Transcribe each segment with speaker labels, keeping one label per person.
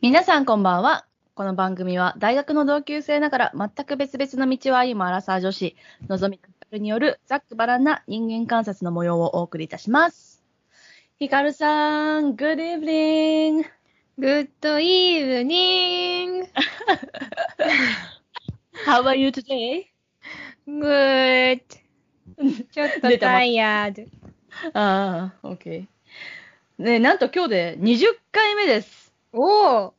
Speaker 1: 皆さんこんばんは。この番組は大学の同級生ながら全く別々の道を歩むアラサー女子、のぞみかかるによるざっくばらんな人間観察の模様をお送りいたします。ひかるさん、Good evening!
Speaker 2: Good evening.
Speaker 1: How are you today?
Speaker 2: Good. ちょっと
Speaker 1: 出たま
Speaker 2: tired.
Speaker 1: ああ、OK。ねなんと今日で20回目です。
Speaker 2: おお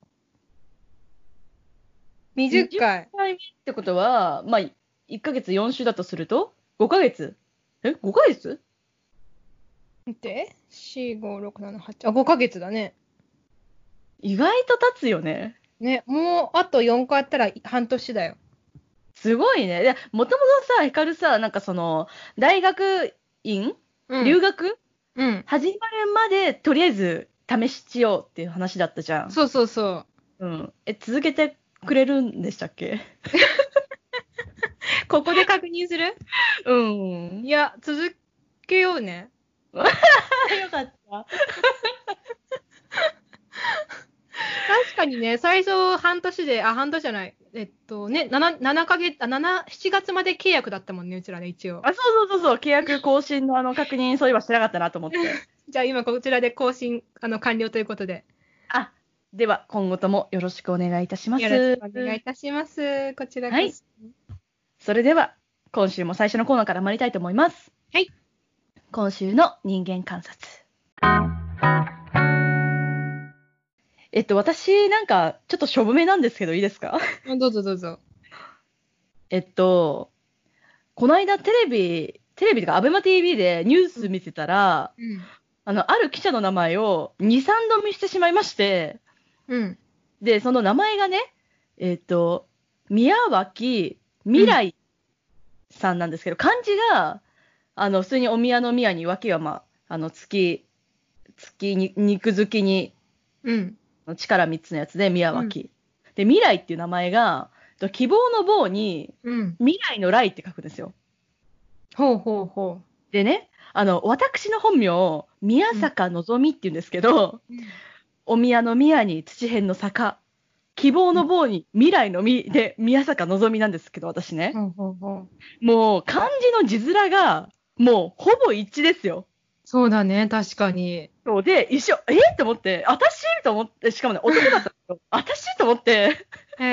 Speaker 2: !20 回。
Speaker 1: 1回目ってことは、まあ、1ヶ月4週だとすると、5ヶ月え ?5 ヶ月
Speaker 2: 見て。4、5、6、7、8。あ、5ヶ月だね。
Speaker 1: 意外と経つよね。
Speaker 2: ね、もうあと4回やったら半年だよ。
Speaker 1: すごいね。いや、もともとさ、ヒカルさ、なんかその、大学院、
Speaker 2: うん
Speaker 1: 留学
Speaker 2: うん。
Speaker 1: 始まるまで、とりあえず試ししようっていう話だったじゃん。
Speaker 2: そうそうそ
Speaker 1: う
Speaker 2: う。
Speaker 1: ん。え、続けてくれるんでしたっけ
Speaker 2: ここで確認する
Speaker 1: うん。
Speaker 2: いや、続けようね。
Speaker 1: よかった。
Speaker 2: 確かにね、最初半年で、あ、半年じゃない。えっとね、7、7ヶ月、あ、7、7月まで契約だったもんね、うちらね、一応。
Speaker 1: あ、そうそうそうそう、契約更新のあの確認、そういえばしてなかったなと思って。
Speaker 2: じゃあ今こちらで更新あの完了ということで、
Speaker 1: あ、では、今後ともよろしくお願いいたします。
Speaker 2: よろしくお願いいたします。こちらこそ
Speaker 1: はいそれでは、今週も最初のコーナーから参りたいと思います。
Speaker 2: はい。
Speaker 1: 今週の人間観察。えっと、私、なんか、ちょっとしょぼめなんですけど、いいですか
Speaker 2: あどうぞどうぞ。
Speaker 1: えっと、この間テレビ、テレビとか、アベマ TV でニュース見てたら、
Speaker 2: うん。
Speaker 1: あの、ある記者の名前を2、3度見してしまいまして、
Speaker 2: うん。
Speaker 1: で、その名前がね、えっ、と、宮脇未来さんなんですけど、漢字が、あの、普通にお宮の宮に脇は、まあ、あの、月、月に、肉付きに、
Speaker 2: うん。
Speaker 1: 力3つのやつで、宮脇。で、未来っていう名前が、えっと希望の棒に、
Speaker 2: うん。
Speaker 1: 未来の来って書くんですよ。
Speaker 2: ほうほうほ
Speaker 1: でね、あの、私の本名、宮坂のぞみって言うんですけど、
Speaker 2: う。
Speaker 1: お宮の宮に土辺の坂、希望の棒に未来の実で宮坂のぞみなんですけど、私ね。
Speaker 2: ほうほうほう。
Speaker 1: もう漢字の字面が、もうほぼ一致ですよ。
Speaker 2: そうだね、確かに。
Speaker 1: そうで、一緒、えと思って、私と思って、しかもね、男だったんです よ。私と思って。
Speaker 2: へ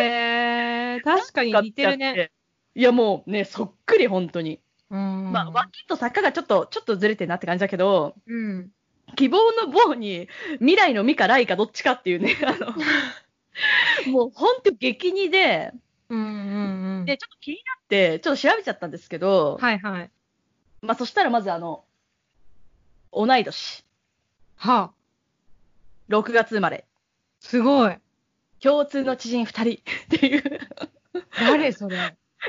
Speaker 2: え、確かに似てるね。。
Speaker 1: いや、もうね、そっくり、本当に。
Speaker 2: うん。
Speaker 1: まあ、脇と坂がちょっと、ちょっとずれてるなって感じだけど、
Speaker 2: うん。
Speaker 1: 希望の棒に未来の実か来かどっちかっていうね、あ の、もう本当激似で、
Speaker 2: うんうんうん。
Speaker 1: で、ちょっと気になって、ちょっと調べちゃったんですけど、
Speaker 2: はいはい。
Speaker 1: まあそしたらまずあの、同い年、
Speaker 2: はあ、
Speaker 1: 6月生まれ、
Speaker 2: すごい。
Speaker 1: 共通の知人2人 っていう、
Speaker 2: 誰それ。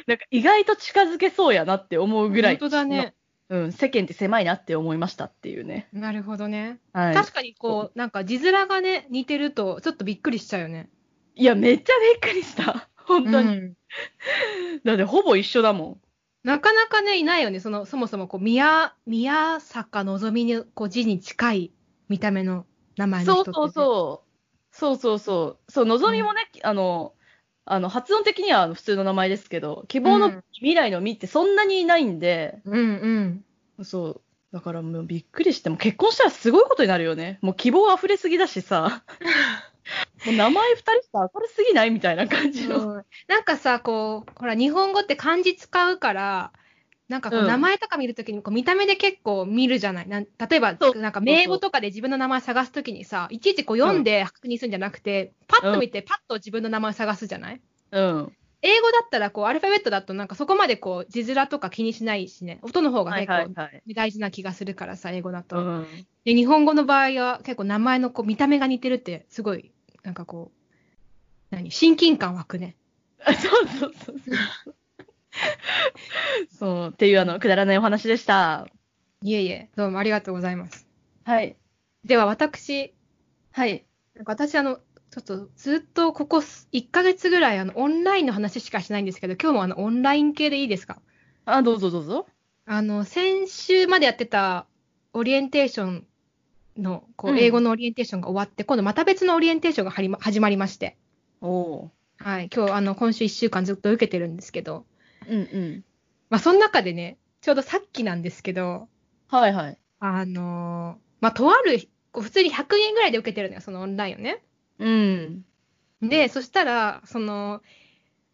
Speaker 1: なんか意外と近づけそうやなって思う ぐらい、
Speaker 2: 本当だね。
Speaker 1: うん、世間って狭いなって思いましたっていうね。
Speaker 2: なるほどね。
Speaker 1: はい、
Speaker 2: 確かにこう、なんか字面がね、似てると、ちょっとびっくりしちゃうよね。
Speaker 1: いや、めっちゃびっくりした。本当に。
Speaker 2: うん
Speaker 1: だってほぼ一緒だも
Speaker 2: なかなかね、いないよね。その、そもそも、こう、宮、宮坂のぞみに、こう、字に近い見た目の名前
Speaker 1: ん。
Speaker 2: の
Speaker 1: そ
Speaker 2: 人っ
Speaker 1: う
Speaker 2: て、ね。
Speaker 1: そうそ
Speaker 2: う。
Speaker 1: う。そうそうそう。そう、のぞみもね、あの、あの発音的にはあの普通の名前ですけど、希望
Speaker 2: う
Speaker 1: の
Speaker 2: ん
Speaker 1: 未来の実ってそんなにいないんで、
Speaker 2: うんうん。
Speaker 1: そう。だからもうびっくりして、もう結婚したらすごいことになるよね。もう希望溢れすぎだし さ。もう名前二人しか明るすぎないみたいな感じの。
Speaker 2: うんなんかさ、こう、ほら、日本語って漢字使うから、なんかこ
Speaker 1: う
Speaker 2: う、
Speaker 1: ん
Speaker 2: 名前とか見るときに、こう、見た目で結構見るじゃない。なん例えば
Speaker 1: そう、
Speaker 2: なんか、名簿とかで自分の名前探すときにさ、いちいちこう、読んで確認するんじゃなくて、パッと見て、パッと自分の名前を探すじゃない
Speaker 1: うん。
Speaker 2: 英語だったら、こう、アルファベットだと、なんかそこまでこう、字面とか気にしないしね、音の方が
Speaker 1: はい
Speaker 2: 結構、
Speaker 1: はいはい。
Speaker 2: 大事な気がするからさ、英語だ
Speaker 1: う
Speaker 2: と。
Speaker 1: ん。
Speaker 2: で日本語の場合は結構名前のこう見た目が似てるって、すごい、なんかこう、何親近感湧くね。
Speaker 1: そうそうそうそう。そう。っていうあの、くだらないお話でした。
Speaker 2: いえいえ、どうもありがとうございます。
Speaker 1: はい。
Speaker 2: では私、
Speaker 1: はい。
Speaker 2: なんか私あの、ちょっとずっとここす1ヶ月ぐらいあのオンラインの話しかしないんですけど、今日もあのオンライン系でいいですか
Speaker 1: あ、どうぞどうぞ。
Speaker 2: あの、先週までやってたオリエンテーションの、こう、
Speaker 1: うん
Speaker 2: 英語のオリエンテーションが終わって、今度また別のオリエンテーションがはりま始まりまして、
Speaker 1: おお
Speaker 2: はい、今日、あの、今週1週間ずっと受けてるんですけど、
Speaker 1: ー。うんうん。
Speaker 2: まあ、その中でね、ちょうどさっきなんですけど、
Speaker 1: はいはい。
Speaker 2: あのーまあ、とある、こう普通に100人ぐらいで受けてるのよ、そのオンラインをね。
Speaker 1: うん。
Speaker 2: で、そしたら、その、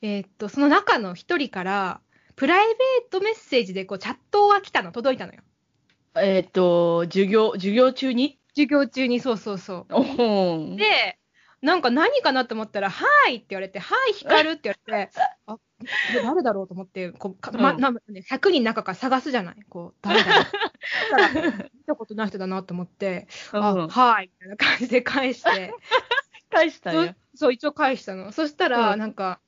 Speaker 2: えーっと、その中の一人から、プライベートメッセージで、こう、チャットが来たの、届いたのよ。
Speaker 1: えっ、と、授業、授業中に
Speaker 2: 授業中に、そうそうそ
Speaker 1: おお
Speaker 2: う。。で、なんか何かなと思ったら、はーいって言われて、はーい、ヒカルって言 われて、あ、これ誰だろうと思って、こうかま
Speaker 1: うん
Speaker 2: なんかね100人の中から探すじゃないこう、誰だろう。そしたら見たことない人だなと思って、あ、
Speaker 1: うん
Speaker 2: はい、みたいな感じで返して、
Speaker 1: 返したよ
Speaker 2: そう。そう、一応返したの。そしたら、
Speaker 1: うん
Speaker 2: なんか、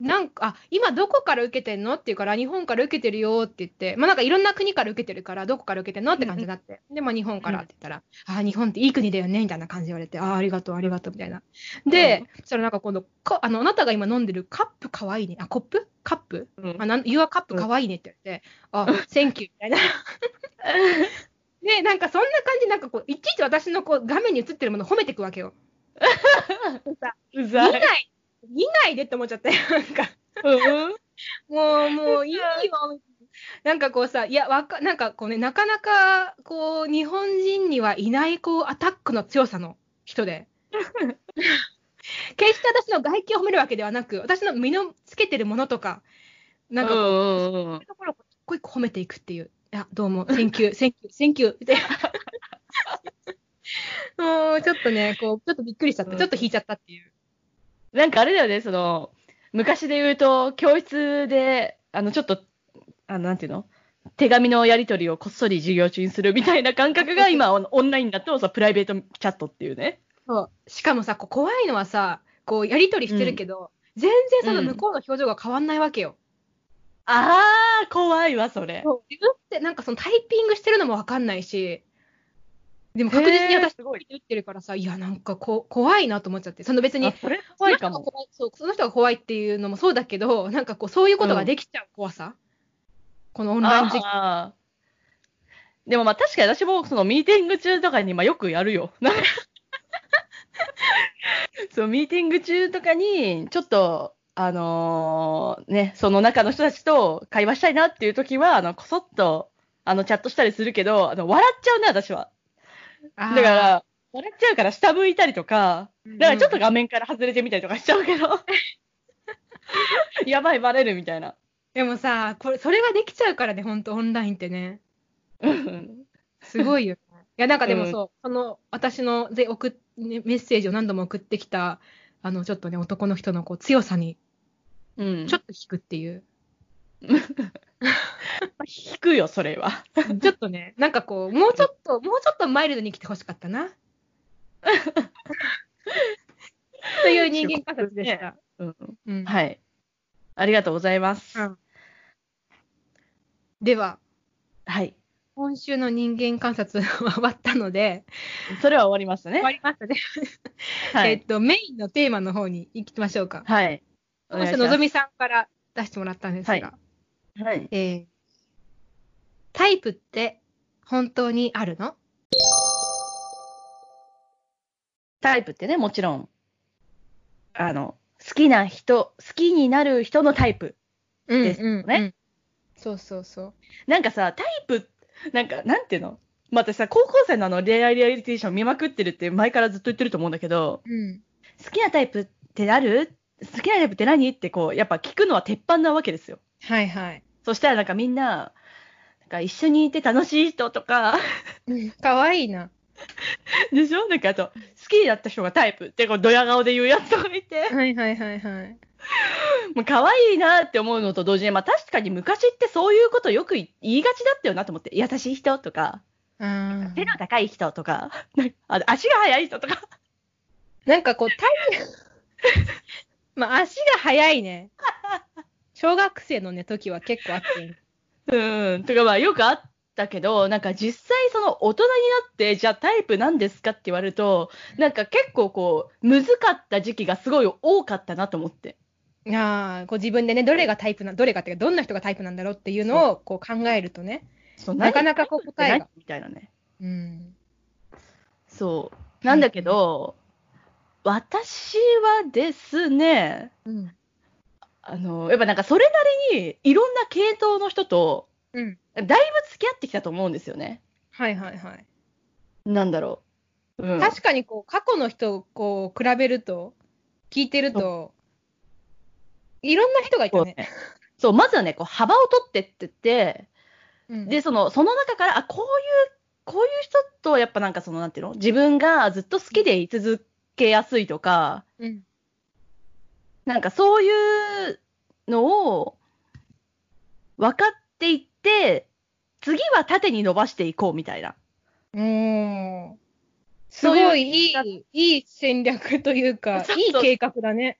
Speaker 2: なんか、あ、今どこから受けてんのっていうから、日本から受けてるよって言って、まあなんかいろんな国から受けてるから、どこから受けてんのって感じになって、で、まあ日本からって言ったら、あ、日本っていい国だよね、みたいな感じで言われて、あ、ありがとう、ありがとう、みたいな。で、そしたらなんか今度、こあの、あなたが今飲んでるカップかわいいね。あ、コップカップ
Speaker 1: うん
Speaker 2: あ、なん、You are カップかわいいねって言われて、あ、センキューみたいな。 で、なんかそんな感じ、なんかこう、いちいち私のこう画面に映ってるものを褒めていくわけよ。
Speaker 1: う
Speaker 2: 見
Speaker 1: ざ。
Speaker 2: ないい、見ないでって思っちゃったよ。なんか、
Speaker 1: うん
Speaker 2: もう、もういいよ。なんかこうさ、いや、わか、なんかこうね、なかなか、こう、日本人にはいない、こう、アタックの強さの人で。決して私の外見を褒めるわけではなく、私の身のつけてるものとか、なんかこう、
Speaker 1: うんうんうん
Speaker 2: そういうところを一個一個褒めていくっていう。いや、どうも、センキュー、センキュー、センキュー、みたい な。もう、ちょっとね、こう、ちょっとびっくりしちゃって、
Speaker 1: うん
Speaker 2: ちょっと引いちゃったっていう。
Speaker 1: なんかあれだよね、その、昔で言うと、教室で、あの、ちょっと、あの、なんていうの手紙のやり取りをこっそり授業中にするみたいな感覚 が今、オンオンラインだとさ、プライベートチャットっていうね。
Speaker 2: そう。しかもさ、こう怖いのはさ、こう、やりとりしてるけど、全然その向こうの表情が変わんないわけよ。
Speaker 1: あー、怖いわ、それ。
Speaker 2: そう。自分ってなんかそのタイピングしてるのもわかんないし、でも確実に
Speaker 1: へー
Speaker 2: 私
Speaker 1: すごい。
Speaker 2: 打ってるからさ、いや、なんかこう、怖いなと思っちゃって。その別に
Speaker 1: あ、、それ怖いか
Speaker 2: その人が
Speaker 1: も。
Speaker 2: 怖いそう。その人が怖いっていうのもそうだけど、なんかこう、そういうことができちゃう怖さ。このオンライン授業
Speaker 1: あーでもまあ確かに私もそのミーティング中とかにまあよくやるよ。 なんかそう、ミーティング中とかにちょっと、あのーね、その中の人たちと会話したいなっていう時は、あの、こそっと、あの、チャットしたりするけど、あの、笑っちゃうね、私は。
Speaker 2: あ
Speaker 1: だか
Speaker 2: ー
Speaker 1: ら、笑っちゃうから下向いたりとか、だからちょっと
Speaker 2: うん
Speaker 1: 画面から外れてみたりとかしちゃうけど、 やばい、バレるみたいな。
Speaker 2: でもさこれ、それができちゃうからね、ほんと、オンラインってね。
Speaker 1: うん
Speaker 2: すごいよね。いや、なんかでも
Speaker 1: うん
Speaker 2: そう、その、私のぜ送っ、ねメッセージを何度も送ってきた、あの、ちょっとね、男の人のこう強さに、
Speaker 1: うん。
Speaker 2: ちょっと引くっていう、
Speaker 1: 引くよ、それは。
Speaker 2: ちょっと ね、なんかこう、もうちょっと、もうちょっとマイルドに来てほしかったな。という人間観察でした。
Speaker 1: うん、
Speaker 2: うん
Speaker 1: はい。ありがとうございます。
Speaker 2: うんでは、
Speaker 1: はい。
Speaker 2: 今週の人間観察は終わったので、
Speaker 1: それは終わりました
Speaker 2: 終わ
Speaker 1: ね。
Speaker 2: りましたね。
Speaker 1: は
Speaker 2: えっ
Speaker 1: い。
Speaker 2: と、メインのテーマの方に行きましょうか。
Speaker 1: はい。お
Speaker 2: そ
Speaker 1: 願い
Speaker 2: し、
Speaker 1: してます
Speaker 2: のぞみさんから出してもらったんですが、
Speaker 1: はいはい。
Speaker 2: えータイプって本当にあるの
Speaker 1: タイプってね、もちろん、あの、好きな人、好きになる人のタイプ。
Speaker 2: うん
Speaker 1: ですよね
Speaker 2: そうそうそう。
Speaker 1: なんかさ、タイプ、なんか、なんていうのまあ私さ、高校生のあの恋愛リアリティション見まくってるって前からずっと言ってると思うんだけど、
Speaker 2: うん。
Speaker 1: 好きなタイプってある好きなタイプって何ってこう、やっぱ聞くのは鉄板なわけですよ。
Speaker 2: はいはい。
Speaker 1: そしたらなんかみんな、なんか一緒にいて楽しい人とか、
Speaker 2: かわいいな。
Speaker 1: でしょなんかあと、好きになった人がタイプって、こう、ドヤ顔で言うやつを見て、
Speaker 2: はいはいはいはい。
Speaker 1: もう可愛いなって思うのと同時に、まあ確かに昔ってそういうことよく言いがちだったよなと思って、優しい人とか、
Speaker 2: あ
Speaker 1: 背の高い人とか、なんかあ足が速い人とか、
Speaker 2: なんかこう、タイプ、 まあ足が速いね。小学生のね、時は結構あって。
Speaker 1: うん、とかまあよくあったけど、なんか実際その大人になって、じゃあタイプ何ですかって言われると、なんか結構こう、難かった時期がすごい多かったなと思って。
Speaker 2: ああ、こう自分でね、どれがタイプな、どれがっていうか、どんな人がタイプなんだろうっていうのをこう考えるとね、
Speaker 1: そう
Speaker 2: なかなかこう答え
Speaker 1: 何
Speaker 2: が
Speaker 1: みたいなね。
Speaker 2: うん。
Speaker 1: そう。なんだけど、私はですね、
Speaker 2: うん。
Speaker 1: あの、やっぱなんかそれなりにいろんな系統の人と、
Speaker 2: うん。
Speaker 1: だいぶ付き合ってきたと思うんですよね。
Speaker 2: はいはいはい。
Speaker 1: なんだろう。うん、
Speaker 2: 確かにこう、過去の人をこう、比べると、聞いてると、いろんな人がいたね。
Speaker 1: そう、まずはね、こう幅を取ってってって、
Speaker 2: うん
Speaker 1: で、その、その中から、あ、こういう、こういう人と、やっぱなんかその、なんていうの自分がずっと好きでい続けやすいとか、
Speaker 2: うん。
Speaker 1: なんかそういうのを分かっていって、次は縦に伸ばしていこうみたいな。
Speaker 2: おーす
Speaker 1: そういう
Speaker 2: ごいいい、いい戦略というか、
Speaker 1: そう
Speaker 2: いい
Speaker 1: そう
Speaker 2: 計画だね。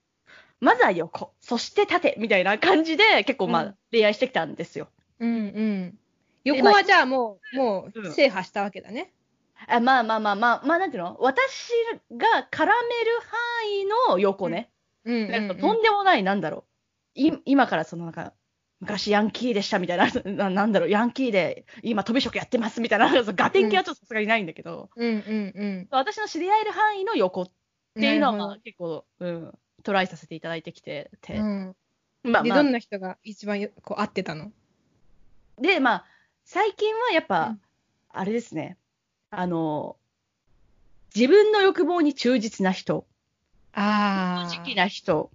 Speaker 1: まずは横、そして縦みたいな感じで、結構まあ、
Speaker 2: うん
Speaker 1: 恋愛してきたんですよ。
Speaker 2: うんうん。
Speaker 1: で
Speaker 2: 横はじゃあもう、も
Speaker 1: う
Speaker 2: うん制覇したわけだね。
Speaker 1: あまあまあまあまあ、まあなんていうの私が絡める範囲の横ね。
Speaker 2: うんうん
Speaker 1: なん
Speaker 2: う
Speaker 1: か
Speaker 2: ん
Speaker 1: とんでもない、なんだろう。い今からそのなんか、昔ヤンキーでしたみたいな、 ななんだろう、ヤンキーで今飛び職やってますみたいな、そのガテン系はちょっとさすがにないんだけど、
Speaker 2: うんうん
Speaker 1: 私の知り合える範囲の横って
Speaker 2: うん。
Speaker 1: いうのはま
Speaker 2: な
Speaker 1: あ
Speaker 2: る
Speaker 1: 結構、うん、トライさせていただいてきてて、
Speaker 2: ほどうん
Speaker 1: まあ
Speaker 2: で、
Speaker 1: まあ
Speaker 2: どんな人が一番よこう合ってたの
Speaker 1: で、まあ、最近はやっぱ、
Speaker 2: うん
Speaker 1: あれですね、あの、自分の欲望に忠実な人、
Speaker 2: ああ。
Speaker 1: 正直な人、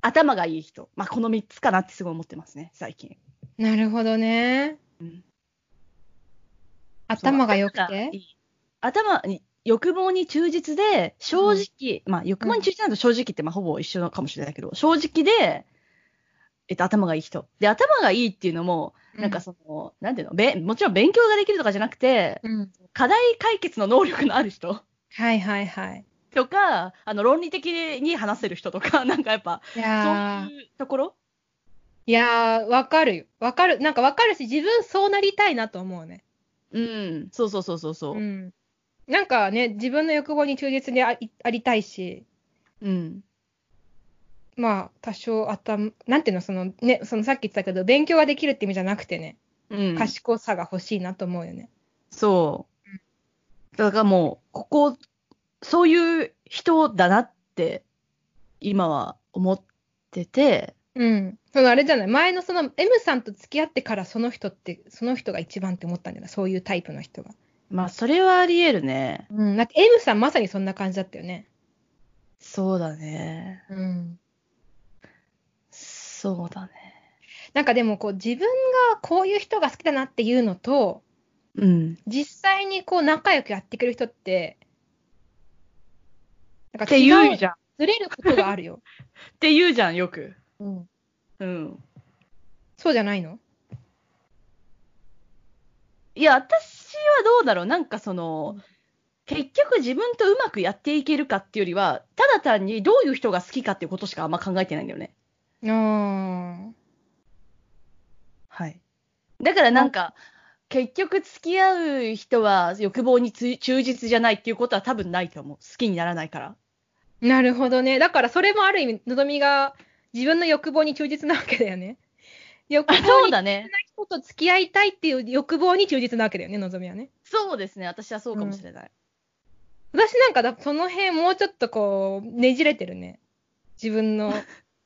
Speaker 1: 頭がいい人、まあこの3つかなってすごい思ってますね、最近。
Speaker 2: なるほどね。
Speaker 1: うん
Speaker 2: 頭が良く
Speaker 1: 頭がい
Speaker 2: て。
Speaker 1: い頭に、欲望に忠実で、正直、まあ、欲望に忠実なのと正直って、まあ、ほぼ一緒かもしれないけど、正直で、えっと、頭がいい人。で、頭がいいっていうのも、なんかその、なんていうのべ、もちろん勉強ができるとかじゃなくて、
Speaker 2: うん。
Speaker 1: 課題解決の能力のある人
Speaker 2: はいはいはい。
Speaker 1: とか、あの、論理的に話せる人とか、 なんかやっぱ、
Speaker 2: い
Speaker 1: そ
Speaker 2: や
Speaker 1: う
Speaker 2: ー
Speaker 1: いうところ
Speaker 2: いやー、わかるよ。わかる。なんかわかるし、自分そうなりたいなと思うね。
Speaker 1: うん、そうそうそうそうそう。う。
Speaker 2: うんん。なんかね、自分の欲望に忠実にありありたいし、まあ、多少頭、なんていうの、そのね、そのさっき言ってたけど、勉強ができるって意味じゃなくてね、
Speaker 1: うん。
Speaker 2: 賢さが欲しいなと思うよね。
Speaker 1: そう。だからもう、ここ、そういう人だなって、今は思ってて、
Speaker 2: うん。そのあれじゃない、前のその M さんと付き合ってからその人って、その人が一番って思ったんじゃないそういうタイプの人が。
Speaker 1: まあ、それはあり得るね。
Speaker 2: うん。だって M さんまさにそんな感じだったよね。
Speaker 1: そうだね。
Speaker 2: うん。
Speaker 1: そうだね。
Speaker 2: なんかでもこう自分がこういう人が好きだなっていうのと、
Speaker 1: うん。
Speaker 2: 実際にこう仲良くやってくる人って、なん
Speaker 1: って言う
Speaker 2: ず
Speaker 1: じゃん。っ
Speaker 2: れることがあるよ。
Speaker 1: て言うじゃん、よく。
Speaker 2: うん。
Speaker 1: うん。
Speaker 2: そうじゃないの
Speaker 1: いや、私はどうだろう。なんかその
Speaker 2: うん、
Speaker 1: 結局自分とうまくやっていけるかっていうよりは、ただ単にどういう人が好きかっていうことしかあんま考えてないんだよね。
Speaker 2: ああ。
Speaker 1: はい。だからなんか、結局付き合う人は欲望につ忠実じゃないっていうことは多分ないと思う。好きにならない から。
Speaker 2: なるほどね。だからそれもある意味、のぞみが自分の欲望に忠実なわけだよね。欲
Speaker 1: あ、
Speaker 2: 望
Speaker 1: そう
Speaker 2: に忠
Speaker 1: だね
Speaker 2: 実。な人と付き合いたいっていう欲望に忠実なわけだよね、のぞみはね。
Speaker 1: そうですね。私はそうかもしれない。
Speaker 2: 私なんかだその辺もうちょっとこう、ねじれてるね。自分 の。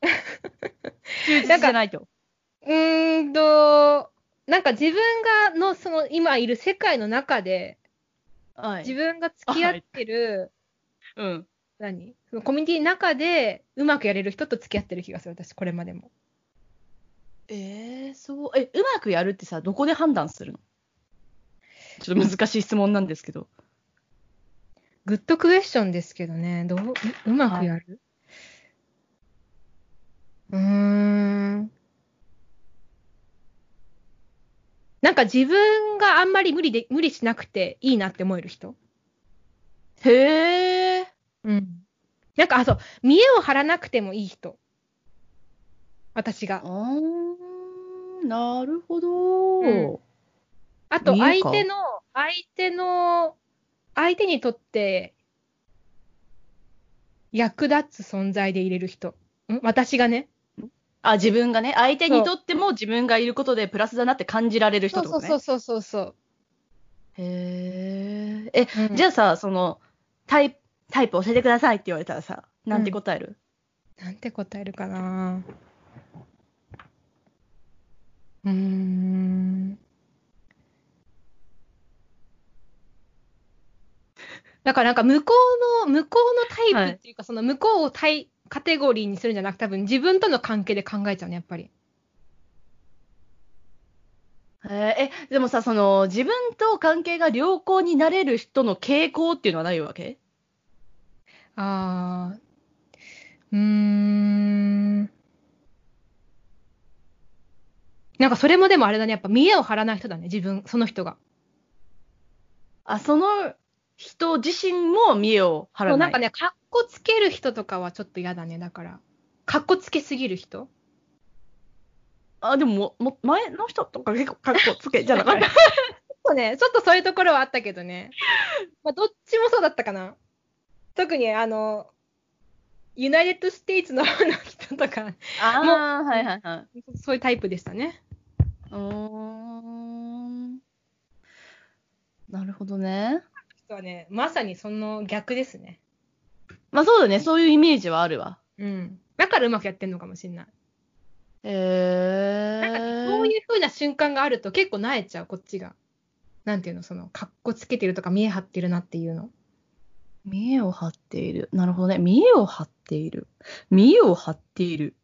Speaker 1: 忠実じゃないと。
Speaker 2: うーんと、なんか自分がのその今いる世界の中で、
Speaker 1: は
Speaker 2: 自
Speaker 1: い。
Speaker 2: 分が付き合ってる、
Speaker 1: うん。
Speaker 2: 何そのコミュニティの中でうまくやれる人と付き合ってる気がする、私、これまでも。
Speaker 1: えー、そう。え、うまくやるってさ、どこで判断するのちょっと難しい質問なんですけど。
Speaker 2: グッドクエスチョンですけどね、どう、ううまくやる、うーん。なんか自分があんまり無理で、無理しなくていいなって思える人
Speaker 1: へえ。
Speaker 2: うん。なんか、あ、そう、見栄を張らなくてもいい人。私
Speaker 1: あ
Speaker 2: が。
Speaker 1: ーん、なるほど、
Speaker 2: うんあと、
Speaker 1: 見栄
Speaker 2: 相
Speaker 1: か
Speaker 2: 手の、相手の、相手にとって、役立つ存在でいれる人。ん私がね。
Speaker 1: あ、自分がね、相手にとっても自分がいることでプラスだなって感じられる人
Speaker 2: そ
Speaker 1: っ
Speaker 2: う
Speaker 1: てこと
Speaker 2: そう
Speaker 1: ね。
Speaker 2: そうそうそうそう。
Speaker 1: へえ。え、
Speaker 2: うん
Speaker 1: じゃあさ、その、タイプ、タイプ教えてくださいって言われたらさ、なんて答える、
Speaker 2: なんて答えるかなうーん。だからなんか向こうの、向こうのタイプっていうか、その向こうをタイ、カテゴリーにするんじゃなくて、多分自分との関係で考えちゃうね、やっぱり。
Speaker 1: へええ、でもさ、その、自分と関係が良好になれる人の傾向っていうのはないわけ
Speaker 2: ああ。うーん。なんかそれもでもあれだね、やっぱ見栄を張らない人だね、自分、その人が。
Speaker 1: あ、その人自身も見栄を張
Speaker 2: も
Speaker 1: ら
Speaker 2: う
Speaker 1: な。
Speaker 2: ないんかね、かっこつける人とかはちょっと嫌だね、だから。かっこつけすぎる人
Speaker 1: あ、でもも、も、前の人とか結構かっこつけじゃなかった。
Speaker 2: そうね、ちょっとそういうところはあったけど ね。まあ、どっちもそうだったかな。特に、あの、ユナイテッド・ステイツのあの人とか、
Speaker 1: ああ、はいはいはい。
Speaker 2: そういうタイプでしたね。
Speaker 1: うーん。なるほどね。
Speaker 2: 人はね、まさにその逆ですね。
Speaker 1: まあそうだね、そういうイメージはあるわ。
Speaker 2: うん。だからうまくやってんのかもしれない。
Speaker 1: へえ。
Speaker 2: なんかね、そういう風な瞬間があると結構萎えちゃう、こっちが。なんていうの、その、かっこつけてるとか見え張ってるなっていうの。
Speaker 1: 見栄を張っている。なるほどね。見栄を張っている。見栄を張っている。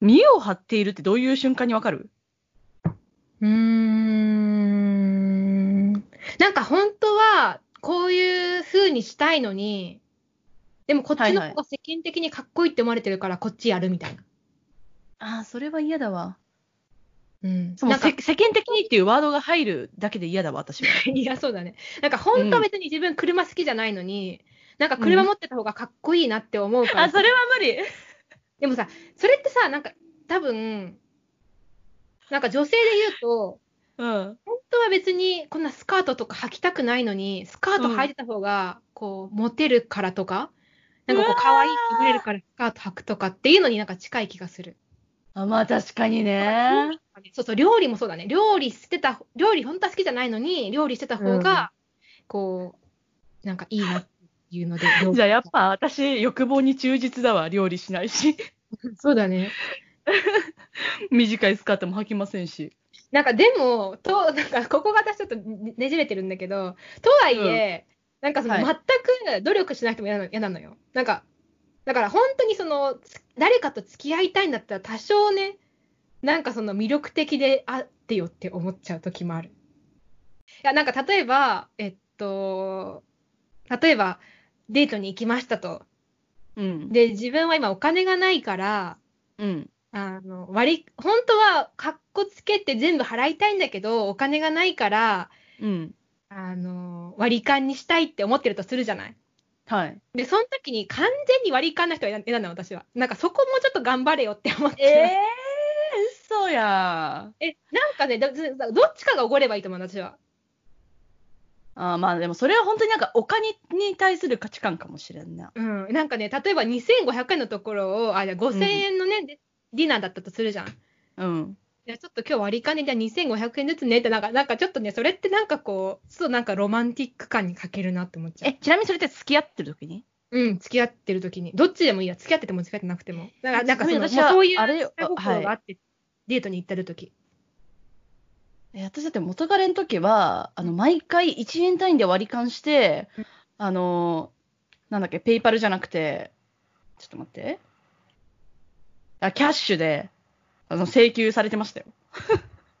Speaker 1: 見栄を張っているってどういう瞬間にわかる
Speaker 2: うーんなんか本当は、こういう風にしたいのに、でもこっちの
Speaker 1: はい
Speaker 2: 方
Speaker 1: は
Speaker 2: が世間的にかっこいいって思われてるから、こっちやるみたいな。
Speaker 1: ああ、それは嫌だわ。
Speaker 2: うん。
Speaker 1: その
Speaker 2: なんか
Speaker 1: せ、世間的にっていうワードが入るだけで嫌だわ、私は。
Speaker 2: いや、そうだね。なんか本当は別に自分車好きじゃないのに、なんか車持ってた方がかっこいいなって思うから、
Speaker 1: あ、それは無理。
Speaker 2: でもさ、それってさ、なんか多分、なんか女性で言うと、
Speaker 1: うん。
Speaker 2: 本当は別にこんなスカートとか履きたくないのに、スカート履いてた方が、こう、モテるからとか、なんか
Speaker 1: う
Speaker 2: こ
Speaker 1: わ
Speaker 2: う、
Speaker 1: ー
Speaker 2: 可愛いって思えるからスカート履くとかっていうのになんか近い気がする。
Speaker 1: あまあ確かにね。
Speaker 2: そうそう、料理もそうだね。料理してた、料理本当は好きじゃないのに、料理してた方が、こう、なんかいいなっていうので。料 理
Speaker 1: じゃあやっぱ私、欲望に忠実だわ。料理しないし。
Speaker 2: そうだね。
Speaker 1: 短いスカートも履きませんし。
Speaker 2: なんかでも、と、なんかここが私ちょっとねねじれてるんだけど、とはいえ、なんかその
Speaker 1: はい
Speaker 2: 全く努力しなくても嫌なの嫌なのよ。なんか、だから本当にその、つ誰かと付き合いたいんだったら多少ね、なんかその魅力的であってよって思っちゃう時もある。いや、なんか例えば、えっと、例えばデートに行きましたと。
Speaker 1: うん。
Speaker 2: で、自分は今お金がないから、
Speaker 1: うん。
Speaker 2: あの、割り、本当は、かっこつけて全部払いたいんだけど、お金がないから、
Speaker 1: うん。
Speaker 2: あの、割り勘にしたいって思ってるとするじゃない。
Speaker 1: はい。
Speaker 2: で、その時に完全に割り勘な人を選んだの、私は。なんかそこもちょっと頑張れよって思っ
Speaker 1: ええ
Speaker 2: て
Speaker 1: ー、嘘や
Speaker 2: ええ、なんかね、どどっちかがおごればいいと思う、私は。
Speaker 1: あーまあでもそれは本当になんかお金に対する価値観かもしれんな。
Speaker 2: うん。なんかね、例えば2500円のところを、あ、じゃあ5000円のね、でディナーだったとするじゃん。
Speaker 1: うん。
Speaker 2: いや、ちょっと今日割り勘で、じゃあ2500円ずつねって、なんか、なんかちょっとね、それってなんかこう、ちょっとなんかロマンティック感に欠けるなって思っちゃう。
Speaker 1: え、ちなみにそれって付き合ってる時に
Speaker 2: うん、付き合ってる時に。どっちでもいいや。付き合ってても付き合ってなくても。だから、なんかその、もう
Speaker 1: ちなみに私は
Speaker 2: そういう
Speaker 1: あれよ
Speaker 2: 下
Speaker 1: は
Speaker 2: 心
Speaker 1: い
Speaker 2: があって、デートに行ってる時。
Speaker 1: え私だって元彼の時は、あの、毎回1円単位で割り勘して
Speaker 2: うん、
Speaker 1: あのー、なんだっけ、ペイパルじゃなくて、ちょっと待って。あ、キャッシュで、あの、請求されてましたよ。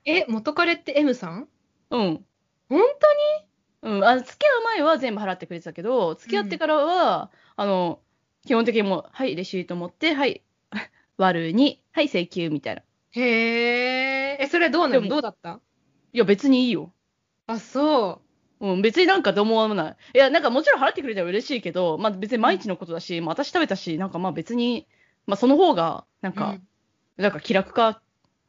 Speaker 2: え、元彼って M さん
Speaker 1: うん。
Speaker 2: 本当に
Speaker 1: うん。あの、付き合う前は全部払ってくれてたけど、付き合ってからは、あの、基本的にもう、はい、レシート持って、はい、 割るに、はい、請求みたいな。
Speaker 2: へえ。え、それどうな
Speaker 1: で
Speaker 2: の
Speaker 1: も
Speaker 2: どうだった
Speaker 1: いや、別にいいよ。
Speaker 2: あ、そ
Speaker 1: うん、別になんかどうも思わない。いや、なんかもちろん払ってくれたら嬉しいけど、まあ別に毎日のことだし、まあ私食べたし、なんかまあ別に、まあその方が、なん
Speaker 2: う。
Speaker 1: か、
Speaker 2: うん
Speaker 1: なんか気楽か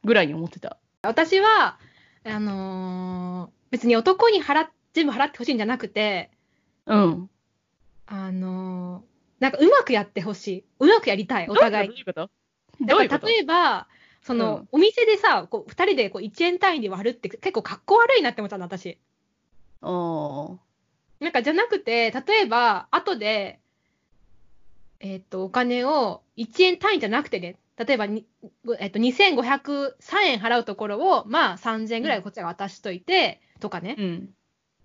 Speaker 1: ぐらいに思ってた。
Speaker 2: 私は、あのー別に男に払っ、全部払ってほしいんじゃなくて、
Speaker 1: うん。
Speaker 2: あのーなんかうまくやってほしい。うまくやりたい、お互い
Speaker 1: どう。いうこと
Speaker 2: だ
Speaker 1: ど
Speaker 2: か
Speaker 1: う
Speaker 2: ら
Speaker 1: いうこと
Speaker 2: 例えば、そ
Speaker 1: う
Speaker 2: の、
Speaker 1: ん
Speaker 2: お店でさ、こう、二人でこう、1円単位で割るって結構格好悪いなって思ったの、私。
Speaker 1: おー
Speaker 2: なんかじゃなくて、例えば、後で、えっと、お金を1円単位じゃなくてね、例えばに、えっと、2503円払うところを、まあ、3000円ぐらいこっちが渡しといて、とかね。
Speaker 1: うん。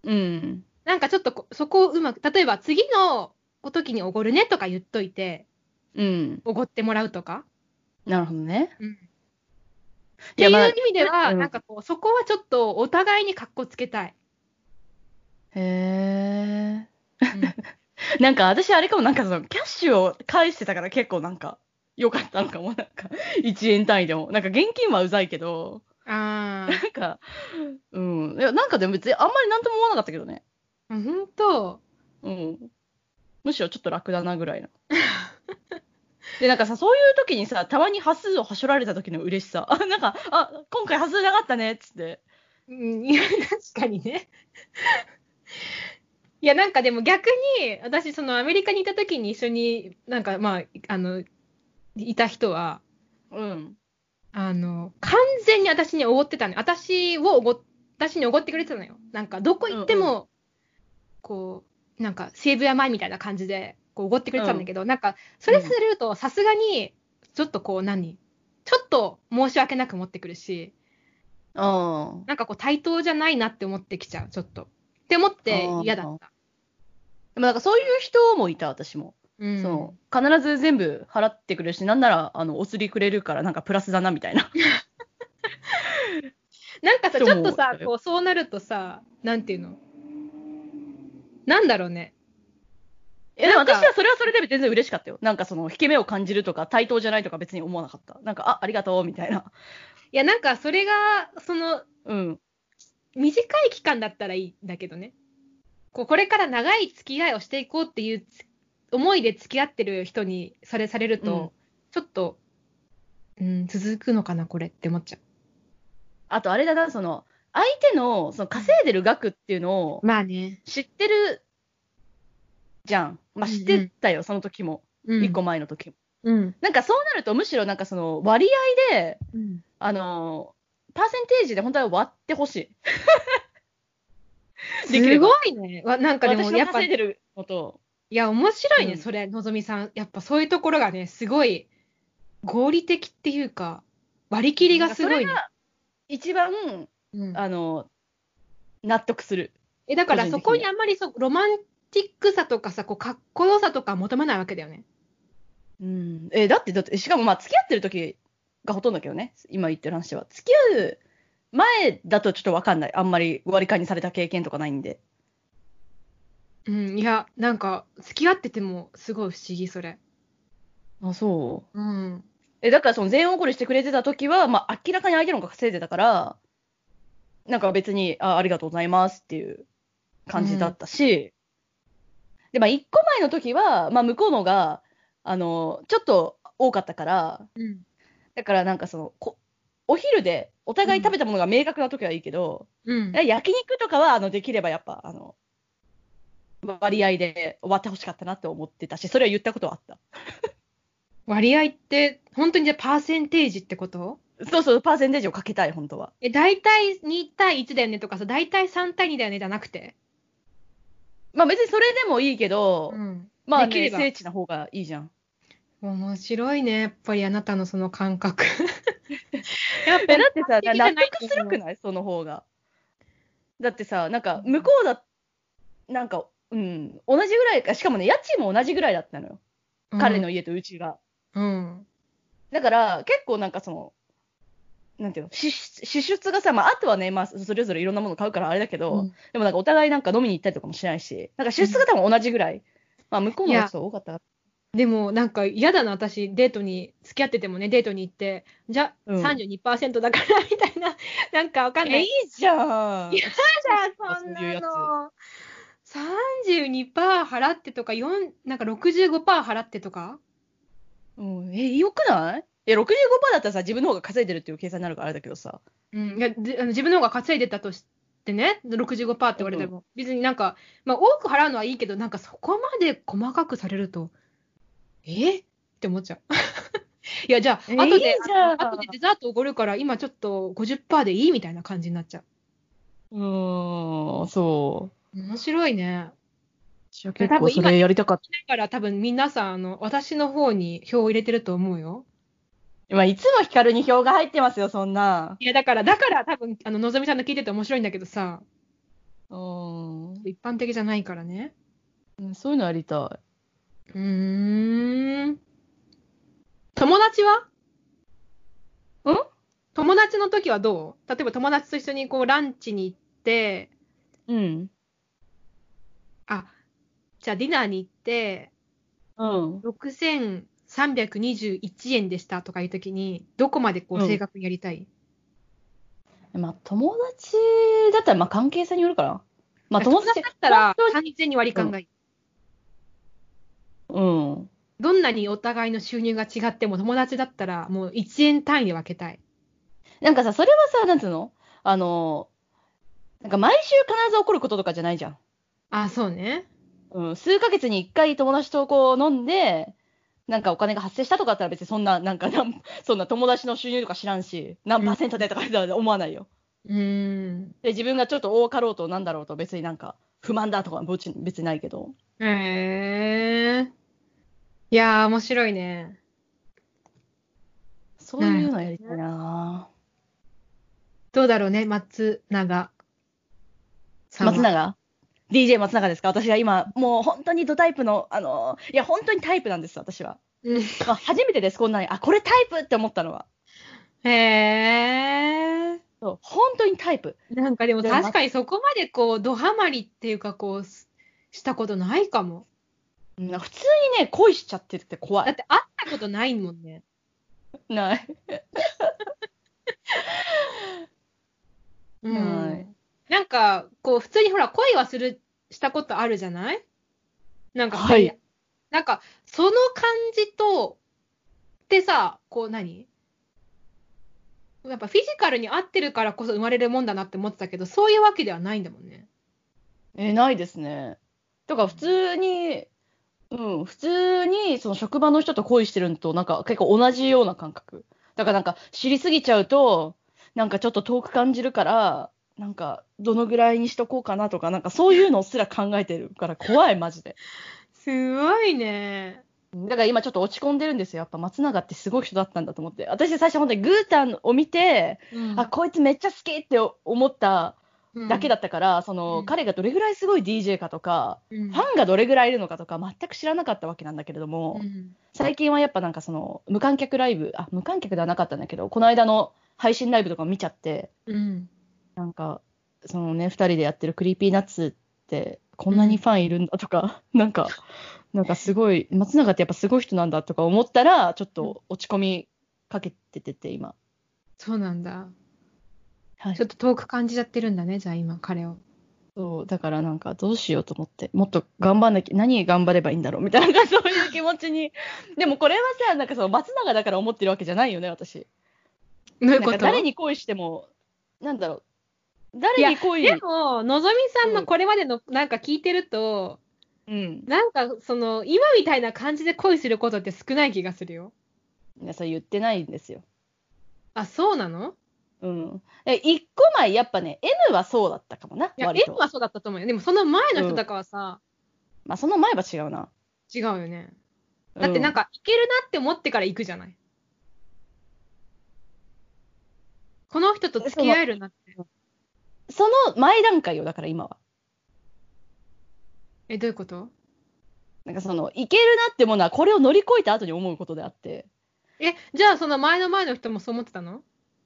Speaker 1: うん。
Speaker 2: なんかちょっとこ、そこをうまく、例えば、次の時におごるねとか言っといて、
Speaker 1: うん。
Speaker 2: おごってもらうとか。
Speaker 1: なるほどね。
Speaker 2: うんっ
Speaker 1: い
Speaker 2: てい
Speaker 1: や
Speaker 2: う
Speaker 1: まあ
Speaker 2: 意味では、
Speaker 1: うん
Speaker 2: なんかこう、そこはちょっとお互いに格好つけたい。
Speaker 1: へ
Speaker 2: うん
Speaker 1: え。 なんか私あれかも、なんかそのキャッシュを返してたから結構なんか良かったのかも、なんか1円 単位でも。なんか現金はうざいけど、
Speaker 2: あ
Speaker 1: なんか、うん。いや、なんかでも別にあんまりなんとも思わなかったけどね。
Speaker 2: あ、ほんと。
Speaker 1: うん。むしろちょっと楽だなぐらいな。で、なんかさ、そういう時にさ、たまに端数をはしょられた時の嬉しさ。あ、なんか、あ、今回端数なかったね、っつって。
Speaker 2: うんいや、確かにね。いや、なんかでも逆に、私、そのアメリカにいた時に一緒に、なんかまあ、あの、いた人は、
Speaker 1: うん。
Speaker 2: あの、完全に私におごってたね。私をおご、私におごってくれてたのよ。なんか、どこ行っても、こう、なんか、セーブや前みたいな感じで、こう、おごってくれてたんだけど、なんか、それすると、さすがに、ちょっとこう、何ちょっと申し訳なく持ってくるし、
Speaker 1: ああ。
Speaker 2: なんかこう対等じゃないなって思ってきちゃう、ちょっと。って思って
Speaker 1: あー
Speaker 2: 嫌だった。
Speaker 1: でもなんかそういう人もいた、私も。
Speaker 2: うん、
Speaker 1: そう。必ず全部払ってくれるし、なんなら、あの、お釣りくれるから、なんかプラスだな、みたいな。
Speaker 2: なんかさ、ち
Speaker 1: そう
Speaker 2: ょっとさ
Speaker 1: だ、よ
Speaker 2: こう、そうなるとさ、なんていうのなんだろうね。
Speaker 1: いや、でも
Speaker 2: なんか
Speaker 1: 私はそれはそれで全然嬉しかったよ。なんかその、引け目を感じるとか、対等じゃないとか別に思わなかった。なんか、あ、ありがとう、みたいな。
Speaker 2: いや、なんかそれが、その、
Speaker 1: うん。
Speaker 2: 短い期間だったらいいんだけどね。こう、これから長い付き合いをしていこうっていうつ思いで付き合ってる人にそれされると、
Speaker 1: うん
Speaker 2: ちょっと、うん、続くのかな、これって思っちゃ
Speaker 1: あと、あれだな、その、相手の、その、稼いでる額っていうのを
Speaker 2: う。まあね。
Speaker 1: 知ってる、じゃん。まあ、知ってたよ、その時も。
Speaker 2: うん、
Speaker 1: 一個前の時も。
Speaker 2: うん。
Speaker 1: なんか、そうなると、むしろなんかその、割合で、
Speaker 2: うん。
Speaker 1: あのーパーセンテージで本当は割ってほ しい。できれ
Speaker 2: す
Speaker 1: ば
Speaker 2: ごいね。わなんかでも、
Speaker 1: 私
Speaker 2: や
Speaker 1: の
Speaker 2: っぱ
Speaker 1: 稼い、でるのと、
Speaker 2: いや、面白いね、
Speaker 1: うん
Speaker 2: それ、のぞみさん。やっぱそういうところがね、すごい合理的っていうか、割り切りがすごいね。
Speaker 1: なんかそれが一番、
Speaker 2: うん
Speaker 1: あの、納得する。
Speaker 2: えだから
Speaker 1: 個人的に
Speaker 2: そこにあんまりそうロマンティックさとかさ、こうかっこよさとか求めないわけだよね。
Speaker 1: うん。え、だって、だって、しかもまあ、付き合ってる時がほとんどだけどね、今言ってる話は。付き合う前だとちょっとわかんない。あんまり割り勘にされた経験とかないんで。
Speaker 2: うん、いや、なんか、付き合っててもすごい不思議、それ。
Speaker 1: あ、そう。
Speaker 2: うん。
Speaker 1: え、だからその全おごりしてくれてた時は、まあ、明らかに相手の方が稼いでたから、なんか別に、あありがとうございますっていう感じだったし、で、まあ、一個前の時は、まあ、向こうのが、あの、ちょっと多かったから、
Speaker 2: うん。
Speaker 1: だからなんかその、こお昼でお互い食べたものが明確な時はいいけど、
Speaker 2: うん。
Speaker 1: 焼肉とかは、あの、できればやっぱ、あの、割合で終わってほしかったなって思ってたし、それは言ったことはあった。
Speaker 2: 割合って、本当にじゃあパーセンテージってこと
Speaker 1: そうそう、パーセンテージをかけたい、本当は。
Speaker 2: え、大体2対1だよねとかさ、大体3対2だよねじゃなくて。
Speaker 1: まあ別にそれでもいいけど、
Speaker 2: ん。
Speaker 1: まあ、
Speaker 2: できれ
Speaker 1: ね、
Speaker 2: ば
Speaker 1: 聖地な方がいいじゃん。
Speaker 2: 面白いね、やっぱりあなたのその感覚。やっ
Speaker 1: え
Speaker 2: ぱ
Speaker 1: だってさ、
Speaker 2: 的じ
Speaker 1: 納
Speaker 2: ゃない
Speaker 1: 得するくないその方が。だってさ、なんか向こうだ、なんか、うん、同じぐらいか、しかもね、家賃も同じぐらいだったのよ。彼の
Speaker 2: 家。
Speaker 1: 家とうちが。
Speaker 2: うん。
Speaker 1: だから、結構なんかその、なんていうの、支出支出がさ、まあ、あとはね、まあ、それぞれいろんなもの買うからあれだけど、
Speaker 2: うん
Speaker 1: でもなんかお互いなんか飲みに行ったりとかもしないし、なんか支出が多分同じぐらい。まあ、向こうの
Speaker 2: い
Speaker 1: や
Speaker 2: や
Speaker 1: つ多かったか
Speaker 2: でもなんか嫌だな、私、デートに、付き合っててもね、デートに行って、じゃあ
Speaker 1: うん
Speaker 2: 32%だから、 みたいな、なんかわかん
Speaker 1: ら。
Speaker 2: な
Speaker 1: え、い
Speaker 2: い
Speaker 1: い。じゃん。
Speaker 2: いや
Speaker 1: だそんなのそういうやつ
Speaker 2: 32%払ってとか、4なんか65%払ってとか
Speaker 1: うん、え、よくないえ、65%だったらさ、自分の方が稼いでるっていう計算になるからあれだけどさ。
Speaker 2: うん。いや、じあの自分の方が稼いでたとしてね、65%って言われても、別になんか、まあ多く払うのはいいけど、なんかそこまで細かくされると、えって思っちゃう。 いや、じゃあ、
Speaker 1: え
Speaker 2: 後
Speaker 1: いい
Speaker 2: で、
Speaker 1: じゃん
Speaker 2: あ後でデザートおごるから、今ちょっと50%でいいみたいな感じになっちゃ
Speaker 1: う
Speaker 2: う。
Speaker 1: ーん、の、そう。
Speaker 2: 面白いね。
Speaker 1: 私は結構それやりたかった。
Speaker 2: だから多分皆さん、あの、私の方に票を入れてると思うよ。
Speaker 1: 今、いつもヒカルに票が入ってますよ、そんな。
Speaker 2: いや、だから、だから多分、あの、のぞみさんの聞いてて面白いんだけどさ、
Speaker 1: うん。
Speaker 2: 一般的じゃないからね。
Speaker 1: そういうのやりたい。
Speaker 2: うーん。友達は
Speaker 1: ん
Speaker 2: 友達の時はどう例えば友達と一緒にこうランチに行って、
Speaker 1: うん。
Speaker 2: あ、じゃあディナーに行って、
Speaker 1: うん。
Speaker 2: 6321円でしたとかいう時に、どこまでこ
Speaker 1: う
Speaker 2: うん正確にやりたい、
Speaker 1: まあ、友達だったら、まあ、関係性によるから。まあ、友達
Speaker 2: だったら、完全に割り勘がいい。
Speaker 1: うん。
Speaker 2: どんなにお互いの収入が違っても友達だったらもう1円単位で分けたい。
Speaker 1: なんかさ、それはさ、なんつうのあの、なんか毎週必ず起こることとかじゃないじゃん。
Speaker 2: あ、そうね。
Speaker 1: うん。数ヶ月に一回友達とこう飲んで、なんかお金が発生したとかだったら別にそんな、なんかなん、 そんな友達の収入とか知らんし、何パーセントでとか思わないよ。
Speaker 2: うーん。
Speaker 1: で、自分がちょっと多かろうとなんだろうと別になんか不満だとか別に別にないけど。
Speaker 2: へえ。いやー、面白いね。
Speaker 1: そういうのやりたいな
Speaker 2: どうだろうね、松永
Speaker 1: ぁ。
Speaker 2: さんは。
Speaker 1: 松永 ?DJ 松永ですか私が今、もう本当にドタイプの、あの、いや、本当にタイプなんです、私は。
Speaker 2: うん。
Speaker 1: まあ、初めてです、こんなに。あ、これタイプって思ったのは。
Speaker 2: へえ。
Speaker 1: そう、本当にタイプ。
Speaker 2: なんかでも
Speaker 1: でも
Speaker 2: 確かにそこまでこう、ドハマりっていうかこう、すしたことないかも。
Speaker 1: うん普通にね、恋しちゃってるって怖
Speaker 2: だっ
Speaker 1: い。
Speaker 2: て会ったことないもんね。
Speaker 1: ない。
Speaker 2: う
Speaker 1: ない。
Speaker 2: なんか、こう、普通にほら、恋はする、したことあるじゃないなんか、
Speaker 1: はい
Speaker 2: 二人。なんか、その感じと、ってさ、こう何、やっぱフィジカルに合ってるからこそ生まれるもんだなって思ってたけど、そういうわけではないんだもんね。
Speaker 1: えー、ないですね。とか、普通に、うん、普通に、その職場の人と恋してるのと、なんか結構同じような感覚。だからなんか、知りすぎちゃうと、なんかちょっと遠く感じるから、なんか、どのぐらいにしとこうかなとか、なんかそういうのすら考えてるから怖い、マジで。
Speaker 2: すごいね。
Speaker 1: だから今ちょっと落ち込んでるんですよ。やっぱ松永ってすごい人だったんだと思って。私最初本当にグータンを見て、
Speaker 2: うん
Speaker 1: あ、こいつめっちゃ好きって思っただけだ
Speaker 2: っ
Speaker 1: ったから、その、
Speaker 2: うん
Speaker 1: 彼がどれぐらいすごい DJ かとか、
Speaker 2: た。うん
Speaker 1: ファンがどれぐらいいるのかとか全く知らなかったわけなんだけれども、
Speaker 2: うん
Speaker 1: 最近はやっぱなんかその無観客ライブあ無観客ではなかったんだけどこの間の配信ライブとか見ちゃって
Speaker 2: うん
Speaker 1: なんかそのね2人でやってるクリーピーナッツってこんなにファンいるんだとか、なんかなんかすごい松永ってやっぱすごい人なんだとか思ったらちょっと落ち込みかけててて今、
Speaker 2: そうなんだ。
Speaker 1: はい
Speaker 2: ちょっと遠く感じちゃってるんだね、じゃあ今、彼を。
Speaker 1: そうだからなんかどうしようと思ってもっと頑張んなきゃ何頑張ればいいんだろうみたいなそういう気持ち にでもこれはさなんかその松永だから思ってるわけじゃないよね私
Speaker 2: どうい
Speaker 1: な
Speaker 2: うん
Speaker 1: か
Speaker 2: こと
Speaker 1: 誰に恋してもなんだろう誰に恋
Speaker 2: でも、のぞみさん
Speaker 1: う
Speaker 2: の
Speaker 1: ん
Speaker 2: これまでのなんか聞いてると、
Speaker 1: うん
Speaker 2: なんかその今みたいな感じで恋することって少ない気がするよ。
Speaker 1: いやそれ言ってないんですよ
Speaker 2: あ、そうなの
Speaker 1: うんえ一個前やっぱね N はそうだったかもない
Speaker 2: や、
Speaker 1: 割
Speaker 2: N
Speaker 1: と
Speaker 2: はそうだったと思うよ。でもその前の人とかはさ、
Speaker 1: まあその前は違うな
Speaker 2: 違うよね。だってなん
Speaker 1: か、
Speaker 2: か、いけるなって思ってから行くじゃない。この人と付き合えるなって。
Speaker 1: うんその前段階よだから今は
Speaker 2: え、どういうこと
Speaker 1: なんかそのいけるなってものはこれを乗り越えた後に思うことであって
Speaker 2: え、じゃあその前の前の人もそう思ってたの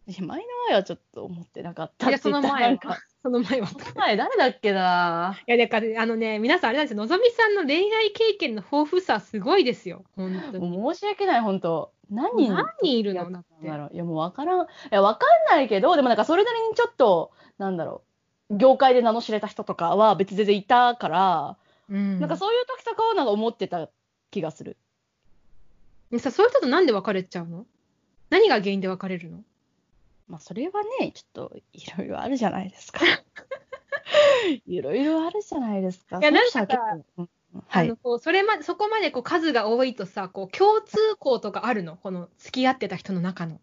Speaker 1: いや前の前はちょっと思ってなかったって
Speaker 2: いや、そ
Speaker 1: 言
Speaker 2: の
Speaker 1: ったら
Speaker 2: 前
Speaker 1: なん
Speaker 2: は
Speaker 1: か。
Speaker 2: その前は。い
Speaker 1: その前誰だっけな
Speaker 2: や、だから、あのね、皆さんあれなんですよ。のぞみさんの恋愛経験の豊富さすごいですよ。本当に。
Speaker 1: もう申し訳ない本当何人
Speaker 2: 何人いる
Speaker 1: や
Speaker 2: の
Speaker 1: っ
Speaker 2: だった
Speaker 1: ん
Speaker 2: て
Speaker 1: だ。ろういやもう分からんいや分かんないけどでもなんかそれなりにちょっとなんだろう業界で名の知れた人とかは別に全然いたから、
Speaker 2: うん。
Speaker 1: なんかそういう時とかはなんか思ってた気がする
Speaker 2: ねさ、そういう人となんで別れちゃうの何が原因で別れるの
Speaker 1: まあそれはねちょっといろいろあるじゃない ですかいろいろあるじゃないですか
Speaker 2: いやなんか
Speaker 1: そ
Speaker 2: さ
Speaker 1: の人は結構うんは
Speaker 2: あ
Speaker 1: い
Speaker 2: のこうそれまで、そこまでこう数が多いとさ、こう共通項とかあるのこの付き合ってた人の中の。
Speaker 1: い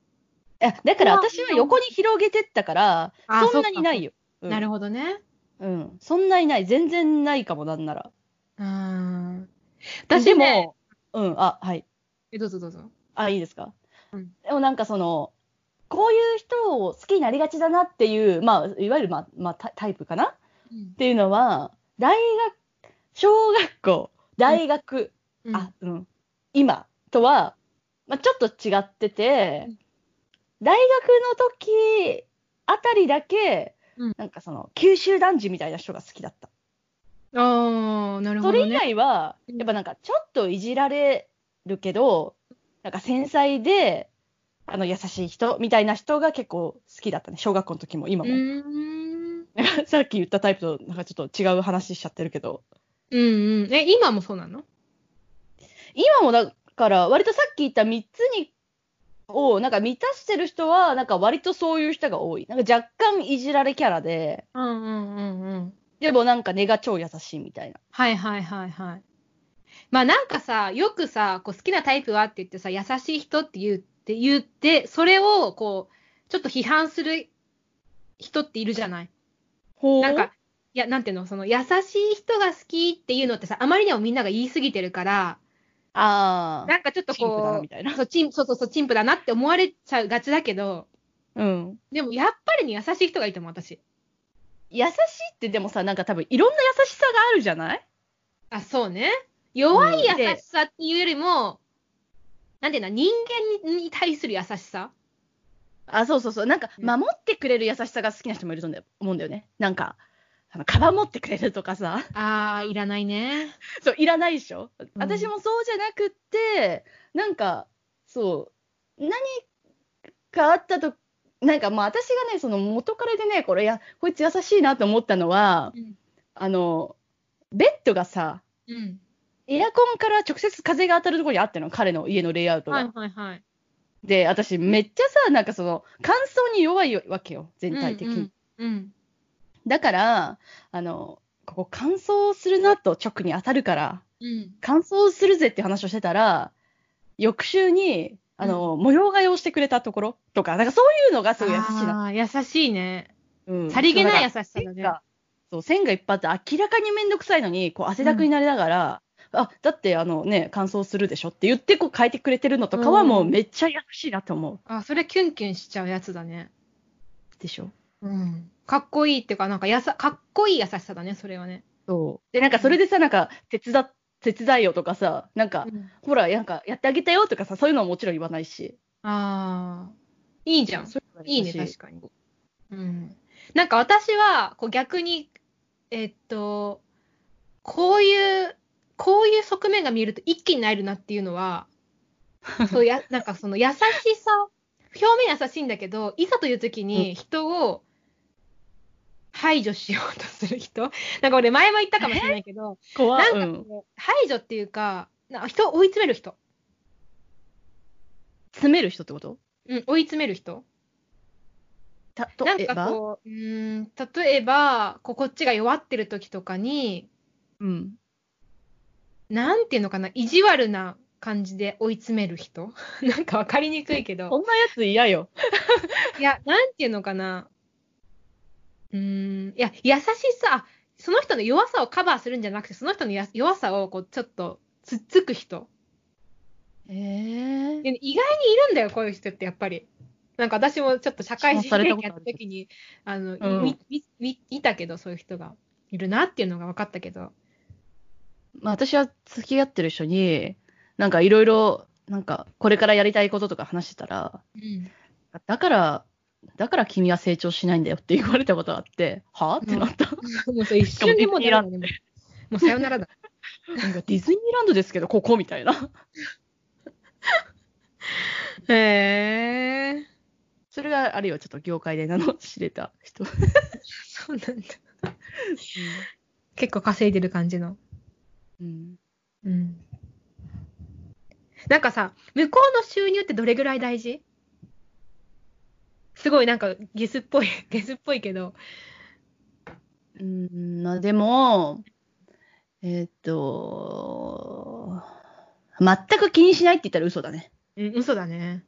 Speaker 1: やだから私は横に広げてったから
Speaker 2: あ
Speaker 1: そんなにないよ、
Speaker 2: なる
Speaker 1: ほ
Speaker 2: ほどね。
Speaker 1: うん。そんないない。全然ないかも、なんなら。
Speaker 2: うん。
Speaker 1: で
Speaker 2: 私
Speaker 1: も、
Speaker 2: ね、
Speaker 1: うん、あ、はい。
Speaker 2: えどうぞどうぞ。
Speaker 1: あ、いいですか、
Speaker 2: うん
Speaker 1: でもなんかその、こういう人を好きになりがちだなっていう、まあ、いわゆる、まあ、まあ、タタイプかなっ
Speaker 2: うん
Speaker 1: ていうのは、大学、小学校、大学、あ、うん、今とは、まあ、ちょっと違ってて、
Speaker 2: うん
Speaker 1: 大学の時あたりだけ、
Speaker 2: うん
Speaker 1: なんかその、九州男児みたいな人が好きだった。
Speaker 2: あー、なる
Speaker 1: そ
Speaker 2: ほ
Speaker 1: れ
Speaker 2: ど
Speaker 1: 以
Speaker 2: ね。
Speaker 1: 外は、
Speaker 2: うん
Speaker 1: やっぱなんかちょっといじられるけど、なんか繊細で、あの優しい人みたいな人が結構好きだったね。小学校の時も今
Speaker 2: う
Speaker 1: も。
Speaker 2: ーん。
Speaker 1: さっき言ったタイプとなんかちょっと違う話しちゃってるけど。
Speaker 2: うんうん。え、今もそうなの
Speaker 1: 今もだから、割とさっき言った3つに、をなんか満たしてる人は、なんか割とそういう人が多い。なんか若干いじられキャラで、
Speaker 2: うんうんうんうん。
Speaker 1: でもなんか根が超優しいみたいな。
Speaker 2: はいはいはいはい。まあなんかさ、よくさ、こう好きなタイプはって言ってさ、優しい人って言うって言って、それをこう、ちょっと批判する人っているじゃない
Speaker 1: ほ
Speaker 2: なんか、、いや、なんていうの、その優しい人が好きっていうのってさ、あまりにもみんなが言い過ぎてるから、
Speaker 1: ああ、
Speaker 2: なんかちょっと
Speaker 1: チンプだな
Speaker 2: こ
Speaker 1: みたいな
Speaker 2: う、。そうチンそうそうそう、チンプだなって思われちゃうがちだけど、
Speaker 1: うん。
Speaker 2: でもやっぱりに優しい人がいいと思う、私。
Speaker 1: 優しいってでもさ、なんか多分いろんな優しさがあるじゃない
Speaker 2: あ、そうね。弱い
Speaker 1: うんで
Speaker 2: 優しさっていうよりも、なんていうの、人間にに対する優しさ
Speaker 1: あ、そうそうそう。なんか
Speaker 2: うん
Speaker 1: 守ってくれる優しさが好きな人もいると思うんだよ思うんだよね。なんか、あの、カバン持ってくれるとかさ、
Speaker 2: ああ、いらないね。
Speaker 1: そう、いらないでしょ、
Speaker 2: ん
Speaker 1: 私もそうじゃなくって、なんか、そう、何かあったと、なんかまあ私がね、その元彼でね、これ、いや、こいつ優しいなと思ったのは、
Speaker 2: うん。
Speaker 1: あの、ベッドがさ、
Speaker 2: うん。
Speaker 1: エアコンから直接風が当たるところにあっての、彼の家のレイアウトが。
Speaker 2: はいはいはい。
Speaker 1: で、私めっちゃさ、なんかその、乾燥に弱いわけよ、全体的に。
Speaker 2: うんうん。うん
Speaker 1: だから、あの、ここ乾燥するなと直に当たるから、
Speaker 2: うん。
Speaker 1: 乾燥するぜって話をしてたら、翌週に、あの、模様替えをしてくれたところとか、なんかそういうのがすごい優しいな。
Speaker 2: あー優しいね。
Speaker 1: うん
Speaker 2: さりげない
Speaker 1: や
Speaker 2: 優しさだね。
Speaker 1: そう、線がいっぱいあって、明らかにめんどくさいのに、こう、汗だくになりながら、あ、だって、あのね、乾燥するでしょって言って、こう、変えてくれてるのとかは、
Speaker 2: うん
Speaker 1: もうめっちゃ優しいなと思
Speaker 2: あ、それキュンキュンしちゃうやつだね。
Speaker 1: うでしょ。
Speaker 2: うん。かっこいいっていうか、なんかやさ、かっこいい優しさだね、それはね。
Speaker 1: そう。で、なんかそれでさ、なんか、手伝っ、手伝いよとかさ、なんか、ほら、なんか、やってあげたよとかさ、そういうのはもちろん言わないし。
Speaker 2: ああ。いいじゃん。
Speaker 1: それは
Speaker 2: いうい
Speaker 1: れ
Speaker 2: ね、
Speaker 1: し
Speaker 2: 確かに。うん。なんか私は、こう逆に、えっと、こういう、こういう側面が見えると一気になれるなっていうの は、そうや、なんかその優しさ、表面優しいんだけど、いざという時に人を排除しようとする人。なんか俺前も言ったかもしれないけど、
Speaker 1: 怖
Speaker 2: なん
Speaker 1: う
Speaker 2: か
Speaker 1: ん。
Speaker 2: こう排除っていうか、な人を追い詰める人。
Speaker 1: 詰める人ってこと
Speaker 2: うん、追い詰める人。
Speaker 1: た、と
Speaker 2: なんかこう、うーん、例えば、こうこっちが弱ってる時とかに、
Speaker 1: う。うん。
Speaker 2: なんていうのかな、意地悪な感じで追い詰める人 なんかわかりにくいけ
Speaker 1: こ
Speaker 2: ど、
Speaker 1: んなやつ嫌よ。
Speaker 2: いや、なんていうのかな、うーん、いや、優しさ、あその人の弱さをカバーするんじゃなくて、その人のや弱さをこうちょっとつっつく人。
Speaker 1: え
Speaker 2: で意外にいるんだよ、こういう人ってやっぱり。なんか私もちょっと社会人
Speaker 1: された
Speaker 2: 経験
Speaker 1: ことあ
Speaker 2: やっ
Speaker 1: る
Speaker 2: た時に、あの、
Speaker 1: うん
Speaker 2: みみみ見たけど、そういう人がいるなっていうのが分かったけど。
Speaker 1: まあ、私は付き合ってる人に、なんかいろいろ、なんか、これからやりたいこととか話してたら、
Speaker 2: うん
Speaker 1: だから、だから君は成長しないんだよって言われたことがあって、はぁってなった。
Speaker 2: もうそれ一瞬でもうダメだね。もうさよならだ。
Speaker 1: なんかディズニーランドですけど、ここみたいな。
Speaker 2: へえ。
Speaker 1: それがあるいはちょっと業界で名の知れた人。
Speaker 2: そうなんだ。結構稼いでる感じの。
Speaker 1: うん
Speaker 2: うん。なんかさ、向こうの収入ってどれぐらい大事すごいなんかゲスっぽい、 ゲスっぽいけど。
Speaker 1: うん、まあでも、えーっと、全く気にしないって言ったら嘘だね。
Speaker 2: うん、嘘だね。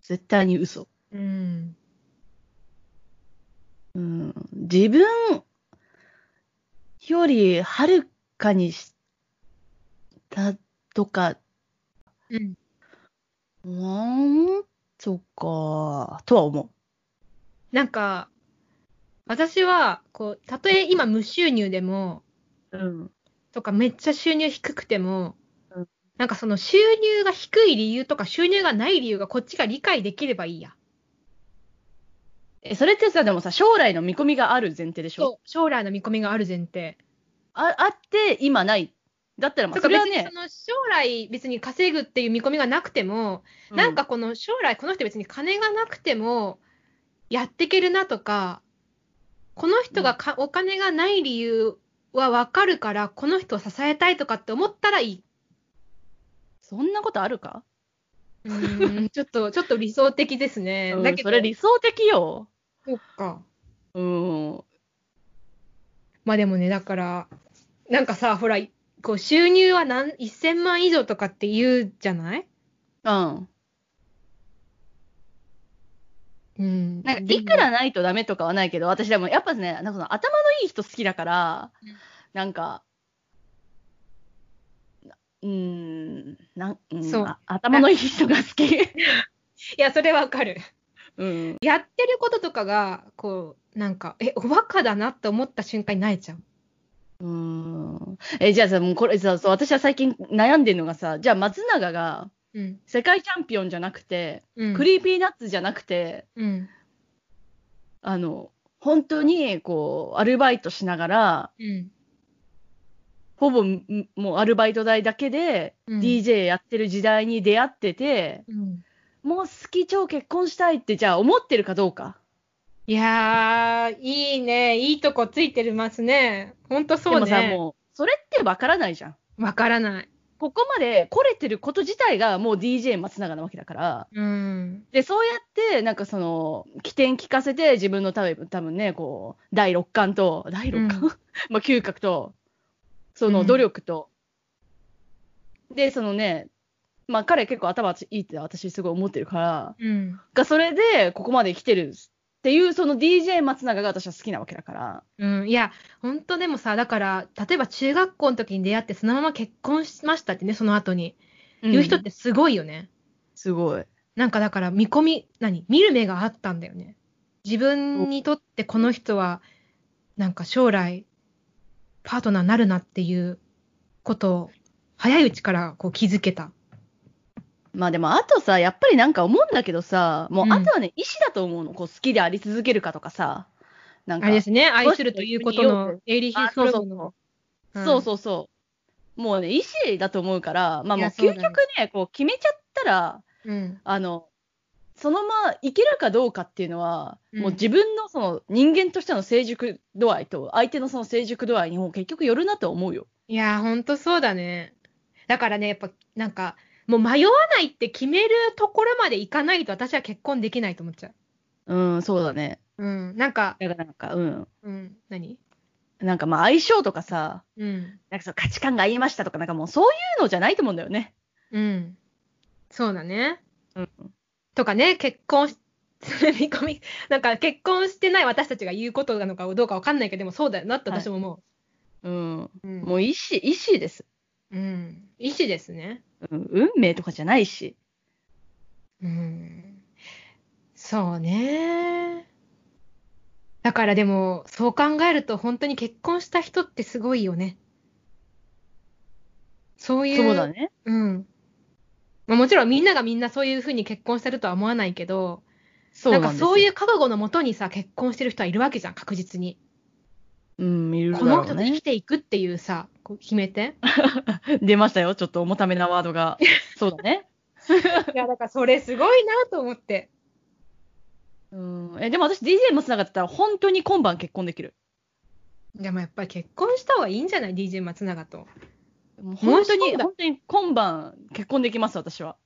Speaker 1: 絶対に嘘。
Speaker 2: うん。
Speaker 1: うん、自分よりはるかにしたとか、
Speaker 2: うん。
Speaker 1: うーん、そっか、とは思
Speaker 2: なんか、私は、こう、たとえ今無収入でも、
Speaker 1: う。うん。
Speaker 2: とかめっちゃ収入低くても
Speaker 1: うん、
Speaker 2: なんかその収入が低い理由とか収入がない理由がこっちが理解できればいいや。
Speaker 1: え、それってさ、でもさ、将来の見込みがある前提でしょ
Speaker 2: そう。将来の見込みがある前提。
Speaker 1: ああって、今ない。だったら、まあ、
Speaker 2: と
Speaker 1: そ
Speaker 2: か
Speaker 1: れ
Speaker 2: 別
Speaker 1: は
Speaker 2: に
Speaker 1: ね
Speaker 2: そ、の将来別に稼ぐっていう見込みがなくても、
Speaker 1: う
Speaker 2: なんか、この将来この人別に金がなくてもやっていけるなとか、この人がか、お金がない理由はわかるから、この人を支えたいとかって思ったらい い。
Speaker 1: そんなことあるか
Speaker 2: うーんちょっと、ちょっと理想的ですね。
Speaker 1: うん
Speaker 2: だけど、
Speaker 1: それ理想的よ。
Speaker 2: そうか。
Speaker 1: うん。
Speaker 2: まあでもね、だから、なんかさ、ほら、こう収入は何1000万以上とかって言うじゃない
Speaker 1: うん。
Speaker 2: うん。
Speaker 1: なんか、いくらないとダメとかはないけど、私でも、やっぱね、なんかその頭のいい人好きだから、
Speaker 2: うん
Speaker 1: なんか、なうーん、なん、うん、
Speaker 2: そう
Speaker 1: あ頭のいい人が好き。
Speaker 2: いや、それわかる。
Speaker 1: うん。
Speaker 2: やってることとかが、こう、なんか、え、おバカだなって思った瞬間に泣いちゃう。
Speaker 1: うーん。え、じゃあさ、もうこれさ、そう私は最近悩んでるのがさ、じゃあ松永が
Speaker 2: うん。
Speaker 1: 世界チャンピオンじゃなくて、
Speaker 2: うん。
Speaker 1: クリーピーナッツじゃなくて、
Speaker 2: うん。
Speaker 1: あの、本当に、こう、アルバイトしながら、
Speaker 2: うん。
Speaker 1: ほぼ、んもうアルバイト代だけで、
Speaker 2: うん
Speaker 1: DJ やってる時代に出会ってて、
Speaker 2: うん。
Speaker 1: もう好き超結婚したいって、じゃあ思ってるかどうか。
Speaker 2: いやー、いいね。いいとこついてますね。ほんとそう
Speaker 1: でもさ、
Speaker 2: ね。
Speaker 1: もう、それってわからないじゃん。
Speaker 2: わからない。
Speaker 1: ここまで来れてること自体がもう DJ 松永なわけだから、
Speaker 2: うん。
Speaker 1: で、そうやって、なんかその、起点聞かせて、自分の多分、多分ね、こう、第六感と、第六感、
Speaker 2: うん
Speaker 1: まあ、嗅覚と、そうの
Speaker 2: ん
Speaker 1: 努力と、で、そのね、まあ彼結構頭いいって私すごい思ってるから、
Speaker 2: うん。
Speaker 1: がそれでここまで来てるっていう、その DJ 松永が私は好きなわけだから、
Speaker 2: うん、いや、本当でもさ、だから、例えば中学校の時に出会って、そのまま結婚しましたってね、その後に。言う人っ
Speaker 1: ん
Speaker 2: てすごいよね。
Speaker 1: すごい。
Speaker 2: なんかだから、見込み、何見る目があったんだよね。自分にとってこの人は、なんか将来、パートナーになるなっていうことを、早いうちからこう気づけた。
Speaker 1: まあでも、あとさ、やっぱりなんか思うんだけどさ、もう
Speaker 2: うん
Speaker 1: あとはね、意思だと思うの。こう、好きであり続けるかとかさ、なん
Speaker 2: あ
Speaker 1: か。
Speaker 2: れですね、愛するということ
Speaker 1: どう
Speaker 2: の、エイリヒ・フロムの。ん
Speaker 1: そうそうそう。もうね、意思だと思うから、まあもう
Speaker 2: いや
Speaker 1: 究
Speaker 2: そう
Speaker 1: 極
Speaker 2: だね
Speaker 1: ね、こう決めちゃったら、
Speaker 2: うん。
Speaker 1: あの、そのままいけるかどうかっていうのは、
Speaker 2: うん
Speaker 1: もう自分のその人間としての成熟度合いと、相手のその成熟度合いにもう結局よるなと思うよ。
Speaker 2: いやー、ほんとそうだね。だからね、やっぱ、なんか、もう迷わないって決めるところまでいかないと私は結婚できないと思っちゃ
Speaker 1: うん、そうだね。
Speaker 2: う。うん。なんか、
Speaker 1: だからなんか、うん。
Speaker 2: うん。何
Speaker 1: なんかまあ相性とかさ、
Speaker 2: うん。
Speaker 1: なんかその価値観が合いましたとか、なんかもうそういうのじゃないと思うんだよね。
Speaker 2: うん。そうだね。
Speaker 1: うん。
Speaker 2: とかね、結婚し、見込み、 なんか結婚してない私たちが言うことなのかどうかわかんないけど、でもそうだよなって私も思
Speaker 1: うん。
Speaker 2: う。うん。
Speaker 1: もう意思、意思です。
Speaker 2: うん。意思ですね。
Speaker 1: うん。運命とかじゃないし。
Speaker 2: うんそうね。だからでも、そう考えると本当に結婚した人ってすごいよね。そういう。
Speaker 1: そうだね。
Speaker 2: うん。まあ、もちろんみんながみんなそういうふうに結婚してるとは思わないけど、
Speaker 1: そう
Speaker 2: な
Speaker 1: なんん
Speaker 2: か
Speaker 1: ですよ
Speaker 2: そういう覚悟のもとにさ、結婚してる人はいるわけじゃん、確実に。
Speaker 1: うん、いるだ
Speaker 2: こ
Speaker 1: ろ
Speaker 2: の
Speaker 1: う
Speaker 2: 人と
Speaker 1: ね
Speaker 2: 生きていくっていうさ、こう決 めて。
Speaker 1: 出ましたよ。ちょっと重ためなワードが。そうだね。
Speaker 2: いや、だからそれすごいなと思って。
Speaker 1: うん。え、でも私 DJ 松永だったら本当に今晩結婚できる。
Speaker 2: でもやっぱり結婚した方がいいんじゃない ?DJ 松永と。
Speaker 1: もう本当
Speaker 2: 本当
Speaker 1: に、
Speaker 2: だ
Speaker 1: 本当に今晩結婚できます、私 は。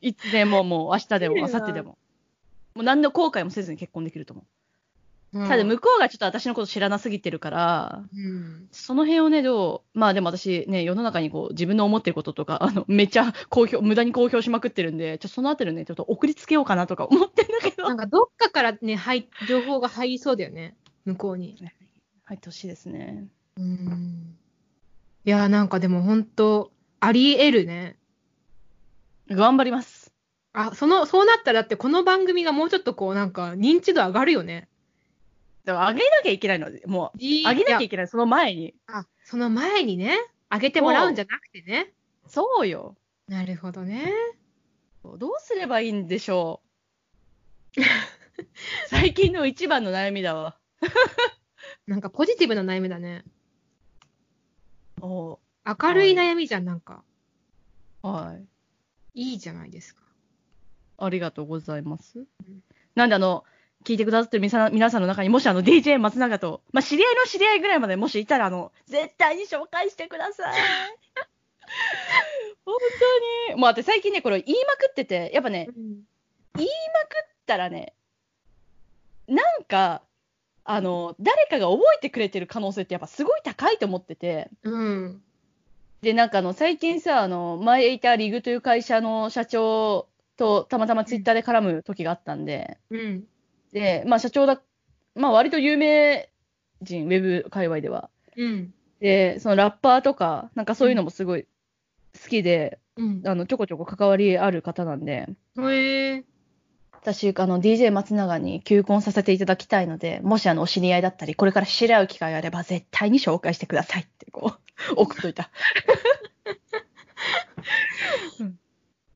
Speaker 1: いつでも、もう明日でも、
Speaker 2: いい
Speaker 1: 明
Speaker 2: な
Speaker 1: 後日でも。もう何の後悔もせずに結婚できると思
Speaker 2: う
Speaker 1: う。
Speaker 2: ん
Speaker 1: ただ向こうがちょっと私のこと知らなすぎてるから、
Speaker 2: うん。
Speaker 1: その辺をね、どう、まあでも私ね、世の中にこう自分の思ってることとか、あの、めっちゃ公表、無駄に公表しまくってるんで、ちょっとそのあたりをね、ちょっと送りつけようかなとか思ってんだけど
Speaker 2: なん。かどっかからね、はい、情報が入りそうだよね、向こうに。
Speaker 1: 入ってほしいですね。
Speaker 2: うん。いや、なんかでも本当あり得るね。
Speaker 1: 頑張ります。
Speaker 2: あ、その、そうなったらだってこの番組がもうちょっとこうなんか認知度上がるよね。
Speaker 1: でも上げなきゃいけないので、もう、上
Speaker 2: 上
Speaker 1: げなきゃいけない、その前に。
Speaker 2: あ、その前にね、上げてもらうんじゃなくてね。
Speaker 1: そうよ。
Speaker 2: なるほどね。
Speaker 1: どうすればいいんでしょ う。最近の一番の悩みだわ。
Speaker 2: なんかポジティブな悩みだね。
Speaker 1: お
Speaker 2: 明るい悩みじゃん、なんか。
Speaker 1: はい。
Speaker 2: いいじゃないですか。
Speaker 1: ありがとうございます。なんであの、聞いてくださってる皆さん皆さんの中にもしあの DJ 松永と、まあ、知り合いの知り合いぐらいまでもしいたらあの、絶対に紹介してくだ さい。本当に。もうだって最近ね、これ言いまくってて、やっぱね、ったらね、なんか、あの、誰かが覚えてくれてる可能性ってやっぱすごい高いと思ってて、
Speaker 2: うん。
Speaker 1: で、なんかあの、最近さ、あの、前いたリグという会社の社長とたまたまツイッターで絡む時があったんで、
Speaker 2: うん。
Speaker 1: で、まあ社長だ、まあ割と有名人、ウェブ界隈では。
Speaker 2: うん。
Speaker 1: で、そのラッパーとか、なんかそういうのもすごい好きで、
Speaker 2: うん。
Speaker 1: あの、ちょこちょこ関わりある方なんで、
Speaker 2: へえ。
Speaker 1: 私、あの、DJ 松永に求婚させていただきたいので、もしあの、お知り合いだったり、これから知り合う機会があれば、絶対に紹介してくださいって、こう、 送っといた。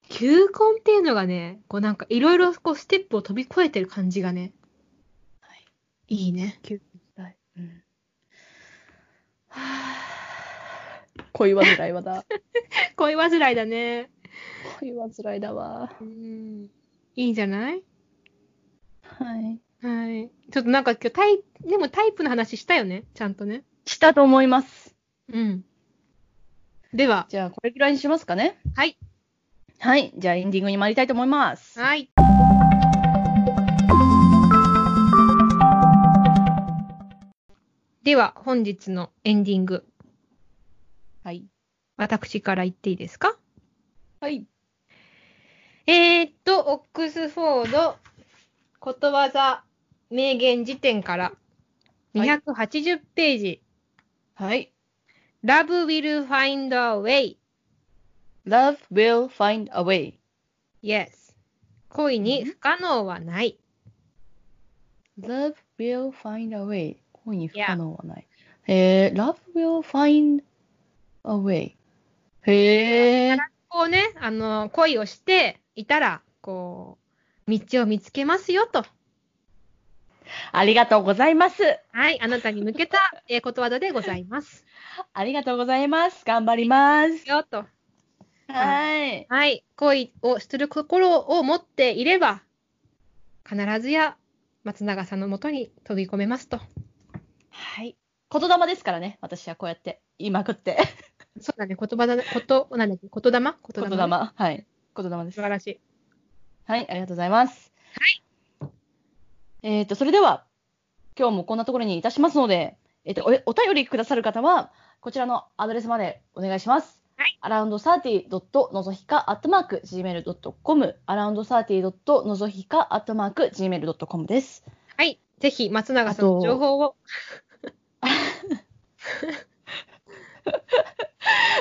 Speaker 2: 求婚っていうのがね、こうなんかいろいろこうステップを飛び越えてる感じがね。
Speaker 1: はい
Speaker 2: いいね。
Speaker 1: はい。うん。はぁ。恋煩いはだ。
Speaker 2: 恋煩いだね。
Speaker 1: 恋煩いだわ。
Speaker 2: うん。いいんじゃない
Speaker 1: はい。
Speaker 2: はい。ちょっとなんか今日タイ、でもタイプの話したよね。ちゃんとね。
Speaker 1: したと思います。
Speaker 2: うん。では、
Speaker 1: じゃあ、これぐらいにしますかね。
Speaker 2: はい。
Speaker 1: はい。じゃあ、エンディングに参りたいと思います。
Speaker 2: はい。では、本日のエンディング、
Speaker 1: はい。
Speaker 2: 私から言っていいですか
Speaker 1: はい。
Speaker 2: えー、っと、オックスフォードことわざ名言辞典から280ページ、
Speaker 1: はい。
Speaker 2: Love will find a way.
Speaker 1: Love will find a way.
Speaker 2: Yes. 恋に不可能はない。
Speaker 1: Love will find a way. 恋に不可能はない。へえ、Love will find a way. へえ、
Speaker 2: こうね、あの、恋をしていたら、こう、道を見つけますよと。
Speaker 1: ありがとうございます。
Speaker 2: はい、あなたに向けた、えーことわざでございます。
Speaker 1: ありがとうございます。頑張ります。
Speaker 2: よと。
Speaker 1: はい。
Speaker 2: はい、恋をする心を持っていれば、必ずや松永さんのもとに飛び込めますと。
Speaker 1: はい。言霊ですからね、私はこうやって言いまくって。
Speaker 2: そうだね、言葉だ、こと、なんだっけ、言霊言
Speaker 1: 言
Speaker 2: 霊
Speaker 1: 霊。はい。言霊で
Speaker 2: 素
Speaker 1: す。
Speaker 2: 晴らしい。
Speaker 1: はい、ありがとうございます。はい。えっ、と、それでは、今日もこんなところにいたしますので、えっ、とお、お便りくださる方は、こちらのアドレスまでお願いします。
Speaker 2: はい。
Speaker 1: アラウンド30ドットのぞひかアットマーク gmail.com、アラウンド30ドットのぞひかアットマーク gmail.com です。
Speaker 2: はい、ぜひ松永さんの
Speaker 1: あと
Speaker 2: 情報を。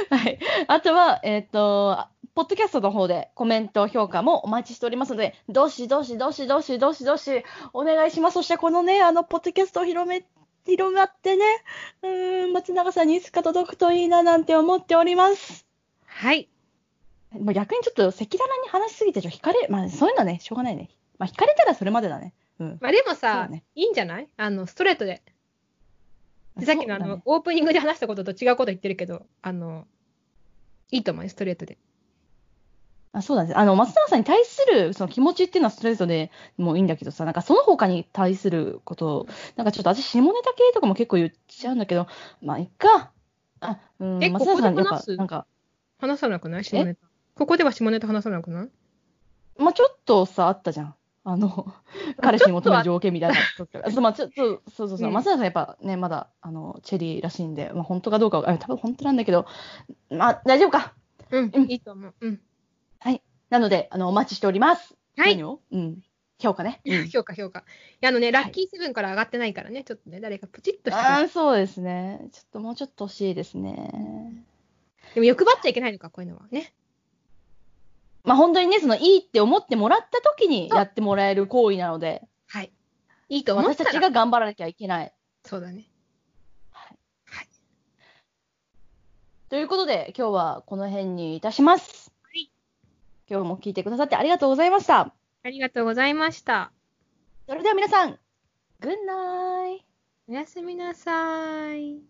Speaker 1: はい。あとは、えっ、と、ポッドキャストの方でコメント、評価もお待ちしておりますので、どしどしどしどしどしどしお願いします。そしてこのね、あの、ポッドキャストを広め、広がってね、うーん、松永さんにいつか届くといいななんて思っております。
Speaker 2: はい、
Speaker 1: もう逆にちょっと赤裸々に話しすぎて、ちょっと惹かれ、まあそういうのはね、しょうがないね。まあ惹かれたらそれまでだね。うん。
Speaker 2: まあでも
Speaker 1: そ
Speaker 2: さ、
Speaker 1: うね
Speaker 2: いいんじゃないあの、ストレートで。でさっきのあ
Speaker 1: そう
Speaker 2: の、
Speaker 1: だね
Speaker 2: オープニングで話したことと違うこと言ってるけど、あの、いいと思うよ、ストレートで。
Speaker 1: あそうだね。あの、松永さんに対するその気持ちっていうのはストレートでもういいんだけどさ、なんかその他に対すること、なんかちょっと私、下ネタ系とかも結構言っちゃうんだけど、まあ、いっか。あ、うん、
Speaker 2: え
Speaker 1: 松永さん、や
Speaker 2: ここで
Speaker 1: っ
Speaker 2: 話
Speaker 1: ぱ
Speaker 2: す、
Speaker 1: なんか、
Speaker 2: 話さなくない下ネタ。ここでは下ネタ話さなくない
Speaker 1: まあ、ちょっとさ、あったじゃん。あ の、彼氏に求める条件みたいな時とか。そう、まあ、ちょっと、そうそうそう。
Speaker 2: うん
Speaker 1: 松永さん、やっぱね、まだ、あの、チェリーらしいんで、まあ、本当かどうかは、あ多分本当なんだけど、まあ、大丈夫か。
Speaker 2: うん
Speaker 1: うん
Speaker 2: いいと思う。うん。
Speaker 1: なので、あの、お待ちしております。
Speaker 2: はい
Speaker 1: 何。をうん。評価ね。うん
Speaker 2: 評価、評価。いや、あのね、
Speaker 1: は
Speaker 2: ラ
Speaker 1: い
Speaker 2: ッキーセブンから上がってないからね、ちょっとね、誰かプチッとして
Speaker 1: あ
Speaker 2: ね
Speaker 1: あ、そうですね。ちょっともうちょっと欲しいですね。
Speaker 2: でも欲張っちゃいけないのか、こういうのはね。
Speaker 1: まあ本当にね、そのいいって思ってもらった時にやってもらえる行為なので、
Speaker 2: はい。いいと思っ
Speaker 1: 私
Speaker 2: た
Speaker 1: たち
Speaker 2: ら。
Speaker 1: が頑張らなきゃいけない。
Speaker 2: そうだね。
Speaker 1: ということで、今日はこの辺にいたします。
Speaker 2: はい
Speaker 1: 今日も聞いてくださってありがとうございました。
Speaker 2: ありがとうございました。
Speaker 1: それでは皆さん、グッナイ
Speaker 2: おやすみなさい。